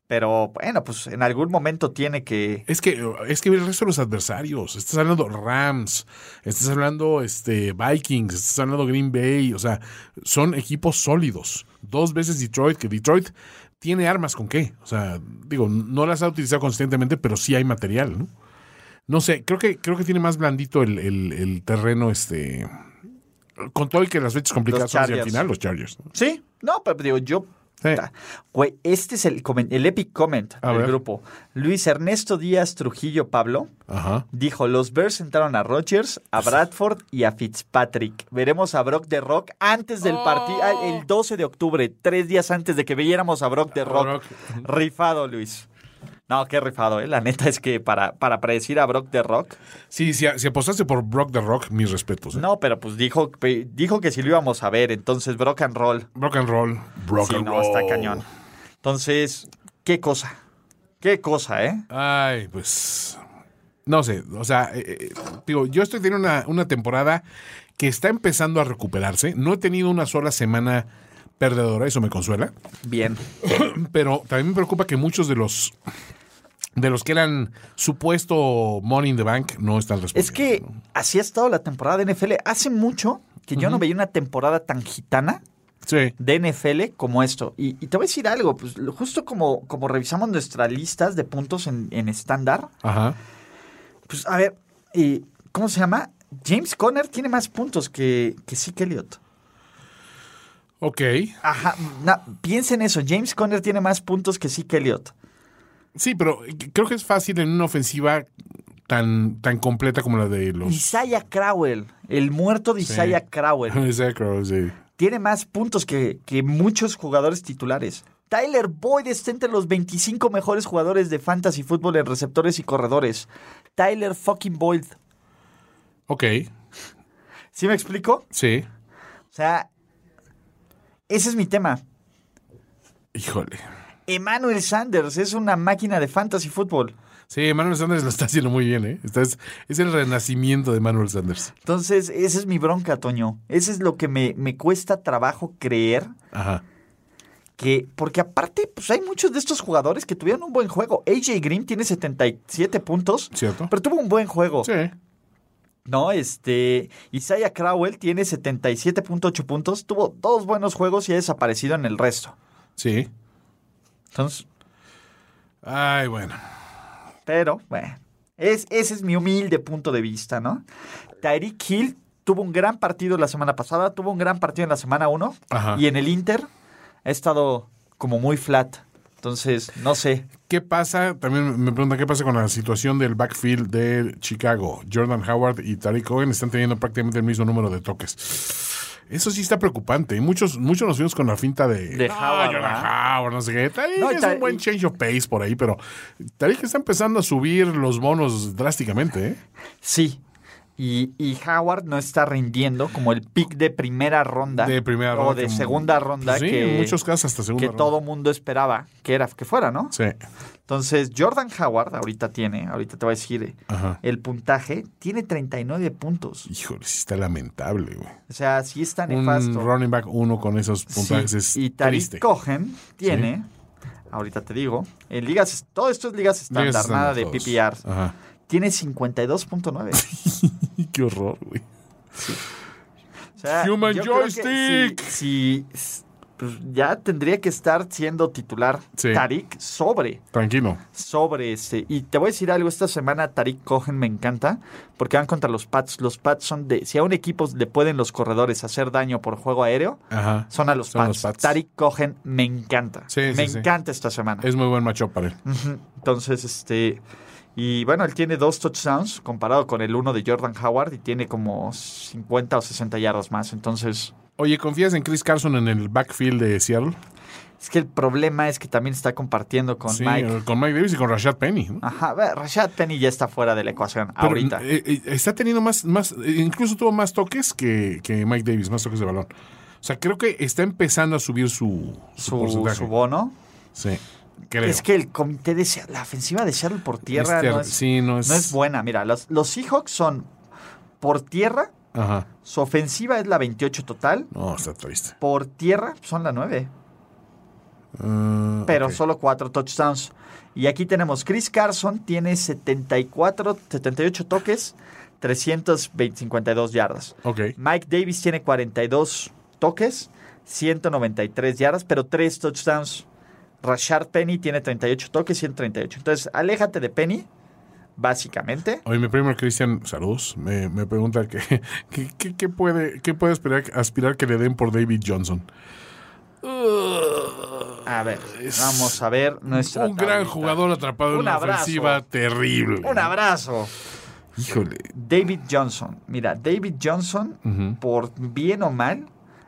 Speaker 2: Pero bueno, pues en algún momento tiene que.
Speaker 3: Es que, es que el resto de los adversarios, estás hablando Rams, estás hablando este, Vikings, estás hablando Green Bay, o sea, son equipos sólidos. Dos veces Detroit, que Detroit tiene armas con qué. O sea, digo, no las ha utilizado consistentemente, pero sí hay material, ¿no? No sé, creo que, creo que tiene más blandito el, el- el terreno, este. Con todo y que las fechas complicadas son hacia el
Speaker 2: Chargers.
Speaker 3: final, los Chargers. ¿no?
Speaker 2: Sí, no, pero digo, yo.
Speaker 3: Sí.
Speaker 2: Ta- Güey, este es el, comen- el epic comment
Speaker 3: A
Speaker 2: del
Speaker 3: ver.
Speaker 2: grupo. Luis Ernesto Díaz Trujillo Pablo
Speaker 3: Ajá.
Speaker 2: dijo: Los Bears sentaron a Rodgers,
Speaker 3: [LAUGHS]
Speaker 2: a Bradford y a Fitzpatrick. Veremos a Brock de Rock antes del
Speaker 3: Oh.
Speaker 2: partido, ah, el 12 de octubre, tres días antes de que viéramos a Brock de Rock.
Speaker 3: Brock.
Speaker 2: Rifado, Luis. No, qué rifado, ¿eh? La neta es que para, para predecir a Brock de Rock.
Speaker 3: Sí, si, si apostaste por Brock the Rock, mis respetos. ¿eh?
Speaker 2: No, pero pues dijo, pe- dijo que sí lo íbamos a ver. Entonces, Brock and Roll.
Speaker 3: Brock and Roll. Brock
Speaker 2: sí,
Speaker 3: and
Speaker 2: no, está
Speaker 3: roll.
Speaker 2: cañón. Entonces, qué cosa. Qué cosa, ¿eh?
Speaker 3: Ay, pues. No sé, o sea, eh, eh, digo, yo estoy teniendo una, una temporada que está empezando a recuperarse. No he tenido una sola semana perdedora, eso me consuela. [CLEARS THROAT]
Speaker 2: Bien.
Speaker 3: Pero también me preocupa que muchos de los de los que eran supuesto Money in the Bank no están respondiendo.
Speaker 2: Es que así ha estado la temporada de NFL. Hace mucho que yo no veía una temporada tan gitana
Speaker 3: Sí.
Speaker 2: de NFL como esto. Y, y te voy a decir algo, pues lo- justo como, como revisamos nuestras listas de puntos en en estándar,
Speaker 3: Ajá.
Speaker 2: pues a ver, eh, ¿cómo se llama? James Conner tiene más puntos que, que Zeke Elliott.
Speaker 3: Ok.
Speaker 2: Ajá, na- piensa en eso. James Conner tiene más puntos que Zeke Elliott.
Speaker 3: Sí, pero creo que es fácil en una ofensiva tan, tan completa como la de los.
Speaker 2: Isaiah Crowell, el muerto de Isaiah
Speaker 3: [LAUGHS]
Speaker 2: Crowell,
Speaker 3: Exacto, sí.
Speaker 2: tiene más puntos que, que muchos jugadores titulares. Tyler Boyd está entre los 25 mejores jugadores de fantasy fútbol en receptores y corredores. Tyler fucking Boyd.
Speaker 3: Ok.
Speaker 2: ¿Sí me explico?
Speaker 3: Sí.
Speaker 2: O sea, ese es mi tema.
Speaker 3: Híjole.
Speaker 2: Emmanuel Sanders es una máquina de fantasy fútbol.
Speaker 3: Sí, Manuel Sanders lo está haciendo muy bien, ¿eh? Está- es, es el renacimiento de Manuel Sanders.
Speaker 2: Entonces, esa es mi bronca, Toño. Ese es lo que me, me cuesta trabajo creer.
Speaker 3: Ajá.
Speaker 2: que porque aparte pues hay muchos de estos jugadores que tuvieron un buen juego. AJ Green tiene 77 puntos,
Speaker 3: ¿Cierto?
Speaker 2: pero tuvo un buen juego.
Speaker 3: Sí.
Speaker 2: No, este Isaiah Crowell tiene 77.8 puntos, tuvo dos buenos juegos y ha desaparecido en el resto.
Speaker 3: Sí.
Speaker 2: Entonces,
Speaker 3: Ay, bueno.
Speaker 2: pero bueno, es, ese es mi humilde punto de vista, ¿no? Tyreek Hill tuvo un gran partido la semana pasada, tuvo un gran partido en la semana 1
Speaker 3: Ajá.
Speaker 2: y en el Inter ha estado como muy flat. Entonces, no sé.
Speaker 3: ¿Qué pasa? También me preguntan qué pasa con la situación del backfield de Chicago. Jordan Howard y Tariq Cohen están teniendo prácticamente el mismo número de toques. Eso sí está preocupante. Y Muchos, muchos nos fuimos con la finta de,
Speaker 2: De
Speaker 3: "No,
Speaker 2: Howard,
Speaker 3: Jordan
Speaker 2: ¿verdad?"
Speaker 3: Howard, no sé qué. Tariq
Speaker 2: No, y
Speaker 3: es
Speaker 2: Tar-
Speaker 3: un buen
Speaker 2: y-
Speaker 3: change of pace por ahí, pero Tariq está empezando a subir los bonos drásticamente, ¿eh?
Speaker 2: Sí. Y, y Howard no está rindiendo como el pick de primera ronda.
Speaker 3: De primera ronda.
Speaker 2: O de
Speaker 3: que- pues
Speaker 2: segunda ronda.
Speaker 3: Sí,
Speaker 2: que,
Speaker 3: en muchos casos hasta segunda
Speaker 2: que
Speaker 3: ronda.
Speaker 2: todo mundo esperaba que era que fuera, ¿no?
Speaker 3: Sí.
Speaker 2: Entonces, Jordan Howard ahorita tiene, ahorita te voy a decir eh,
Speaker 3: Ajá.
Speaker 2: el puntaje, tiene 39 puntos.
Speaker 3: Híjole, sí está lamentable, güey.
Speaker 2: O sea, sí está
Speaker 3: Un
Speaker 2: nefasto.
Speaker 3: running back uno con esos
Speaker 2: Sí,
Speaker 3: puntajes es
Speaker 2: y
Speaker 3: triste.
Speaker 2: Tariq Cohen tiene, ahorita te digo, en ligas, todo esto es ligas estándar,
Speaker 3: Ligas Ah.
Speaker 2: nada
Speaker 3: estándar
Speaker 2: de
Speaker 3: todos.
Speaker 2: PPR.
Speaker 3: Ajá.
Speaker 2: Tiene 52.9.
Speaker 3: Qué horror, güey.
Speaker 2: O sea,
Speaker 3: Human
Speaker 2: yo creo que
Speaker 3: joystick.
Speaker 2: Si, si- s- pues ya tendría que estar siendo titular
Speaker 3: Sí.
Speaker 2: Tarik sobre,
Speaker 3: Tranquilo.
Speaker 2: sobre este. Y te voy a decir algo, esta semana Tarik Cohen me encanta porque van contra los Pats. Los Pats son de, si a un equipo le pueden los corredores hacer daño por juego aéreo,
Speaker 3: Ajá.
Speaker 2: son a los
Speaker 3: Son
Speaker 2: Pats.
Speaker 3: los Pats.
Speaker 2: Tarik Cohen me encanta.
Speaker 3: Sí, sí,
Speaker 2: me
Speaker 3: sí.
Speaker 2: encanta esta semana.
Speaker 3: Es muy buen macho para él.
Speaker 2: Ujú. Entonces, este. Y bueno, él tiene dos touchdowns comparado con el uno de Jordan Howard y tiene como 50 o 60 yardas más. Entonces,
Speaker 3: Oye, ¿confías en Chris Carson en el backfield de Seattle?
Speaker 2: Es que el problema es que también está compartiendo con
Speaker 3: Sí,
Speaker 2: Mike.
Speaker 3: eh, con Mike Davis y con Rashad Penny. ¿no?
Speaker 2: Ajá, a ver, Rashad Penny ya está fuera de la ecuación
Speaker 3: Pero,
Speaker 2: ahorita.
Speaker 3: eh, eh, está teniendo más, más, eh, incluso tuvo más toques que, que Mike Davis, más toques de balón. O sea, creo que está empezando a subir su, su,
Speaker 2: su,
Speaker 3: porcentaje.
Speaker 2: su bono.
Speaker 3: sí, creo.
Speaker 2: Es que el comité de Se- la ofensiva de Seattle por tierra
Speaker 3: Este,
Speaker 2: no, es,
Speaker 3: sí, no es,
Speaker 2: no es buena. Mira, los, los Seahawks son por tierra,
Speaker 3: Ajá.
Speaker 2: su ofensiva es la 28 total,
Speaker 3: No, está triste.
Speaker 2: por tierra son la 9.
Speaker 3: Ah,
Speaker 2: pero
Speaker 3: ok.
Speaker 2: solo cuatro touchdowns. Y aquí tenemos Chris Carson, tiene 74, 78 toques, 352 yardas.
Speaker 3: Ok.
Speaker 2: Mike Davis tiene 42 toques, 193 yardas, pero tres touchdowns. Rashard Penny tiene 38 toques, 138. Entonces, aléjate de Penny, básicamente.
Speaker 3: Oye, mi primo Cristian, saludos, me, me pregunta que, [LAUGHS] que- que- que puede, qué puede aspirar, aspirar que le den por David Johnson.
Speaker 2: A ver, vamos a ver nuestra
Speaker 3: Un gran
Speaker 2: tablita.
Speaker 3: jugador atrapado en
Speaker 2: Un
Speaker 3: la
Speaker 2: abrazo.
Speaker 3: ofensiva terrible.
Speaker 2: Un abrazo.
Speaker 3: Híjole.
Speaker 2: David Johnson. Mira, David Johnson, por bien o mal,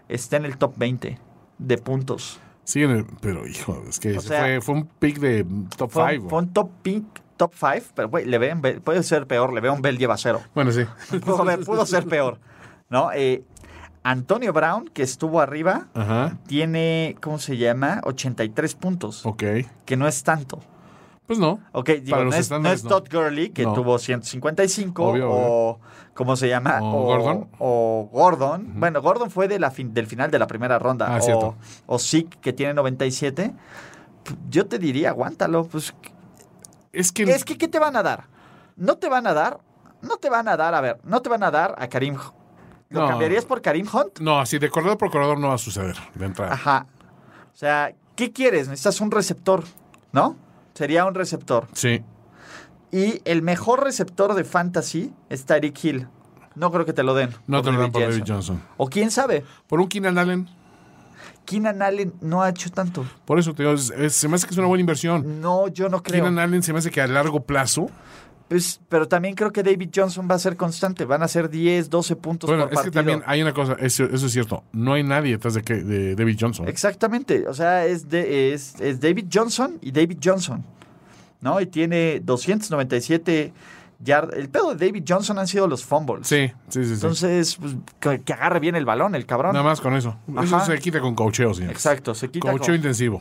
Speaker 2: está en el top 20 de puntos.
Speaker 3: Siguen, el- pero hijo, es que
Speaker 2: O
Speaker 3: se
Speaker 2: sea,
Speaker 3: fue, fue un pick de top
Speaker 2: Fue, un-
Speaker 3: 5.
Speaker 2: fue un top pick, top 5, pero güey, le Le'Veon Bell- puede ser peor. Le Le'Veon Bell lleva cero.
Speaker 3: Bueno,
Speaker 2: [LAUGHS]
Speaker 3: sí.
Speaker 2: Pudo, haber- pudo ser peor. ¿No? Eh, Antonio Brown, que estuvo arriba,
Speaker 3: Ajá.
Speaker 2: tiene, ¿cómo se llama? 83 puntos,
Speaker 3: Ok.
Speaker 2: que no es tanto.
Speaker 3: Pues no.
Speaker 2: Ok, digo,
Speaker 3: Para
Speaker 2: no
Speaker 3: los
Speaker 2: es, no
Speaker 3: estándares,
Speaker 2: es
Speaker 3: no.
Speaker 2: Todd Gurley, que
Speaker 3: No.
Speaker 2: tuvo 155,
Speaker 3: Obvio,
Speaker 2: o ¿cómo se llama?
Speaker 3: O Gordon.
Speaker 2: o Gordon. Bueno, Gordon fue de la fin- del final de la primera ronda.
Speaker 3: Ah,
Speaker 2: o,
Speaker 3: cierto.
Speaker 2: o Zeke, que tiene 97. P- Yo te diría, aguántalo. Pues,
Speaker 3: Es que,
Speaker 2: es que, ¿qué te van a dar? No te van a dar, no te van a dar, a ver, no te van a dar a Karim. H- ¿Lo
Speaker 3: No.
Speaker 2: cambiarías por Karim Hunt?
Speaker 3: No, así de corredor por corredor no va a suceder de entrada.
Speaker 2: Ajá. O sea, ¿qué quieres? Necesitas un receptor, ¿no? Sería un receptor.
Speaker 3: Sí.
Speaker 2: Y el mejor receptor de fantasy es Tyreek Hill. No creo que te lo den.
Speaker 3: No te lo dan por David Johnson.
Speaker 2: O quién sabe.
Speaker 3: Por un Keenan Allen.
Speaker 2: Keenan Allen no ha hecho tanto.
Speaker 3: Por eso te digo, es- es- se me hace que es una buena inversión.
Speaker 2: No, yo no Mm, creo.
Speaker 3: Keenan Allen se me hace que a largo plazo.
Speaker 2: Pues, pero también creo que David Johnson va a ser constante. Van a ser 10, 12 puntos
Speaker 3: Bueno,
Speaker 2: por
Speaker 3: es
Speaker 2: partido.
Speaker 3: que también hay una cosa, eso, eso es cierto. No hay nadie detrás de, que- de David Johnson. ¿eh?
Speaker 2: Exactamente. O sea, es, de, es, es David Johnson y David Johnson. ¿No? Y tiene 297 yardas. El pedo de David Johnson han sido los fumbles.
Speaker 3: Sí, sí, sí. sí.
Speaker 2: Entonces, pues, que, que agarre bien el balón, el cabrón.
Speaker 3: Nada más con eso. Eso
Speaker 2: Ajá.
Speaker 3: se quita con cocheo, señor.
Speaker 2: Exacto, se quita.
Speaker 3: Cocheo
Speaker 2: con-
Speaker 3: intensivo.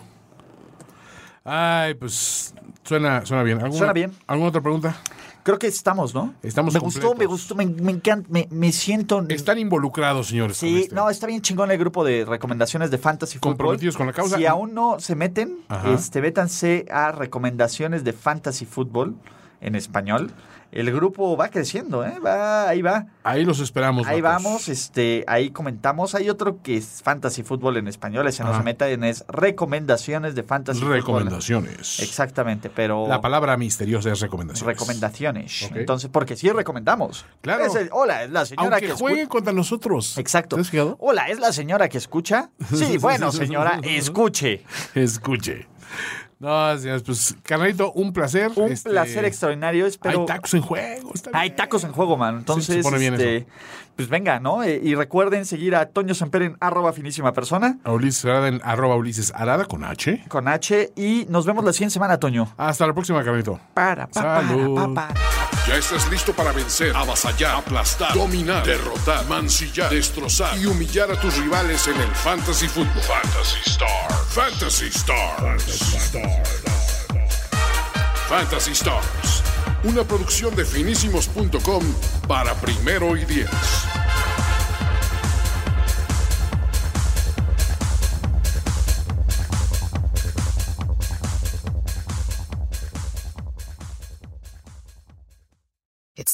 Speaker 3: Ay, pues suena, suena bien. ¿Alguna-
Speaker 2: Suena bien.
Speaker 3: ¿Alguna otra pregunta?
Speaker 2: Creo que estamos, ¿no?
Speaker 3: Estamos
Speaker 2: Me
Speaker 3: completos.
Speaker 2: gustó, me gustó, me, me encanta, me, me siento.
Speaker 3: Están involucrados, señores. con
Speaker 2: Sí,
Speaker 3: este.
Speaker 2: no, está bien chingón el grupo de recomendaciones de Fantasy Football.
Speaker 3: Comprometidos con la causa.
Speaker 2: Si aún no se meten,
Speaker 3: Ajá.
Speaker 2: este, métanse a recomendaciones de Fantasy Football en español. El grupo va creciendo, ¿eh? Va, ahí va.
Speaker 3: Ahí los esperamos.
Speaker 2: Ahí
Speaker 3: vatos.
Speaker 2: vamos, este, ahí comentamos. Hay otro que es Fantasy Football en español, ese no
Speaker 3: Ajá.
Speaker 2: se meta, en es recomendaciones de Fantasy Football.
Speaker 3: Recomendaciones.
Speaker 2: Exactamente, pero...
Speaker 3: La palabra misteriosa es recomendaciones.
Speaker 2: recomendaciones.
Speaker 3: Ok.
Speaker 2: Entonces, porque sí recomendamos.
Speaker 3: Claro.
Speaker 2: Es el- hola, es la señora
Speaker 3: Aunque
Speaker 2: que
Speaker 3: jueguen
Speaker 2: escucha.
Speaker 3: contra nosotros.
Speaker 2: Exacto.
Speaker 3: ¿Te has fijado?
Speaker 2: Hola, ¿es la señora que
Speaker 3: [LAUGHS]
Speaker 2: escucha? Sí, bueno, señora, escuche.
Speaker 3: Escuche. No, señores, pues, carnalito, un placer.
Speaker 2: Un
Speaker 3: Este,
Speaker 2: placer extraordinario, espero.
Speaker 3: Hay tacos en juego. está
Speaker 2: Hay
Speaker 3: bien.
Speaker 2: tacos en juego, man. Entonces,
Speaker 3: se pone bien
Speaker 2: este,
Speaker 3: eso.
Speaker 2: pues venga, ¿no? Eh, y recuerden seguir a Toño Semper en arroba finísima persona
Speaker 3: A Ulises Arada en arroba Ulises Arada con H.
Speaker 2: con H y nos vemos la siguiente semana, Toño.
Speaker 3: Hasta la próxima, carnalito.
Speaker 2: Para, pa, para,
Speaker 3: Salud.
Speaker 2: pa, para.
Speaker 1: Ya estás listo para vencer, avasallar, aplastar, dominar, derrotar, mancillar, destrozar y humillar a tus rivales en el Fantasy Football. Fantasy Star. Fantasy Stars. Fantasy Stars. Una producción de finísimos.com para primero y diez.
Speaker 5: It's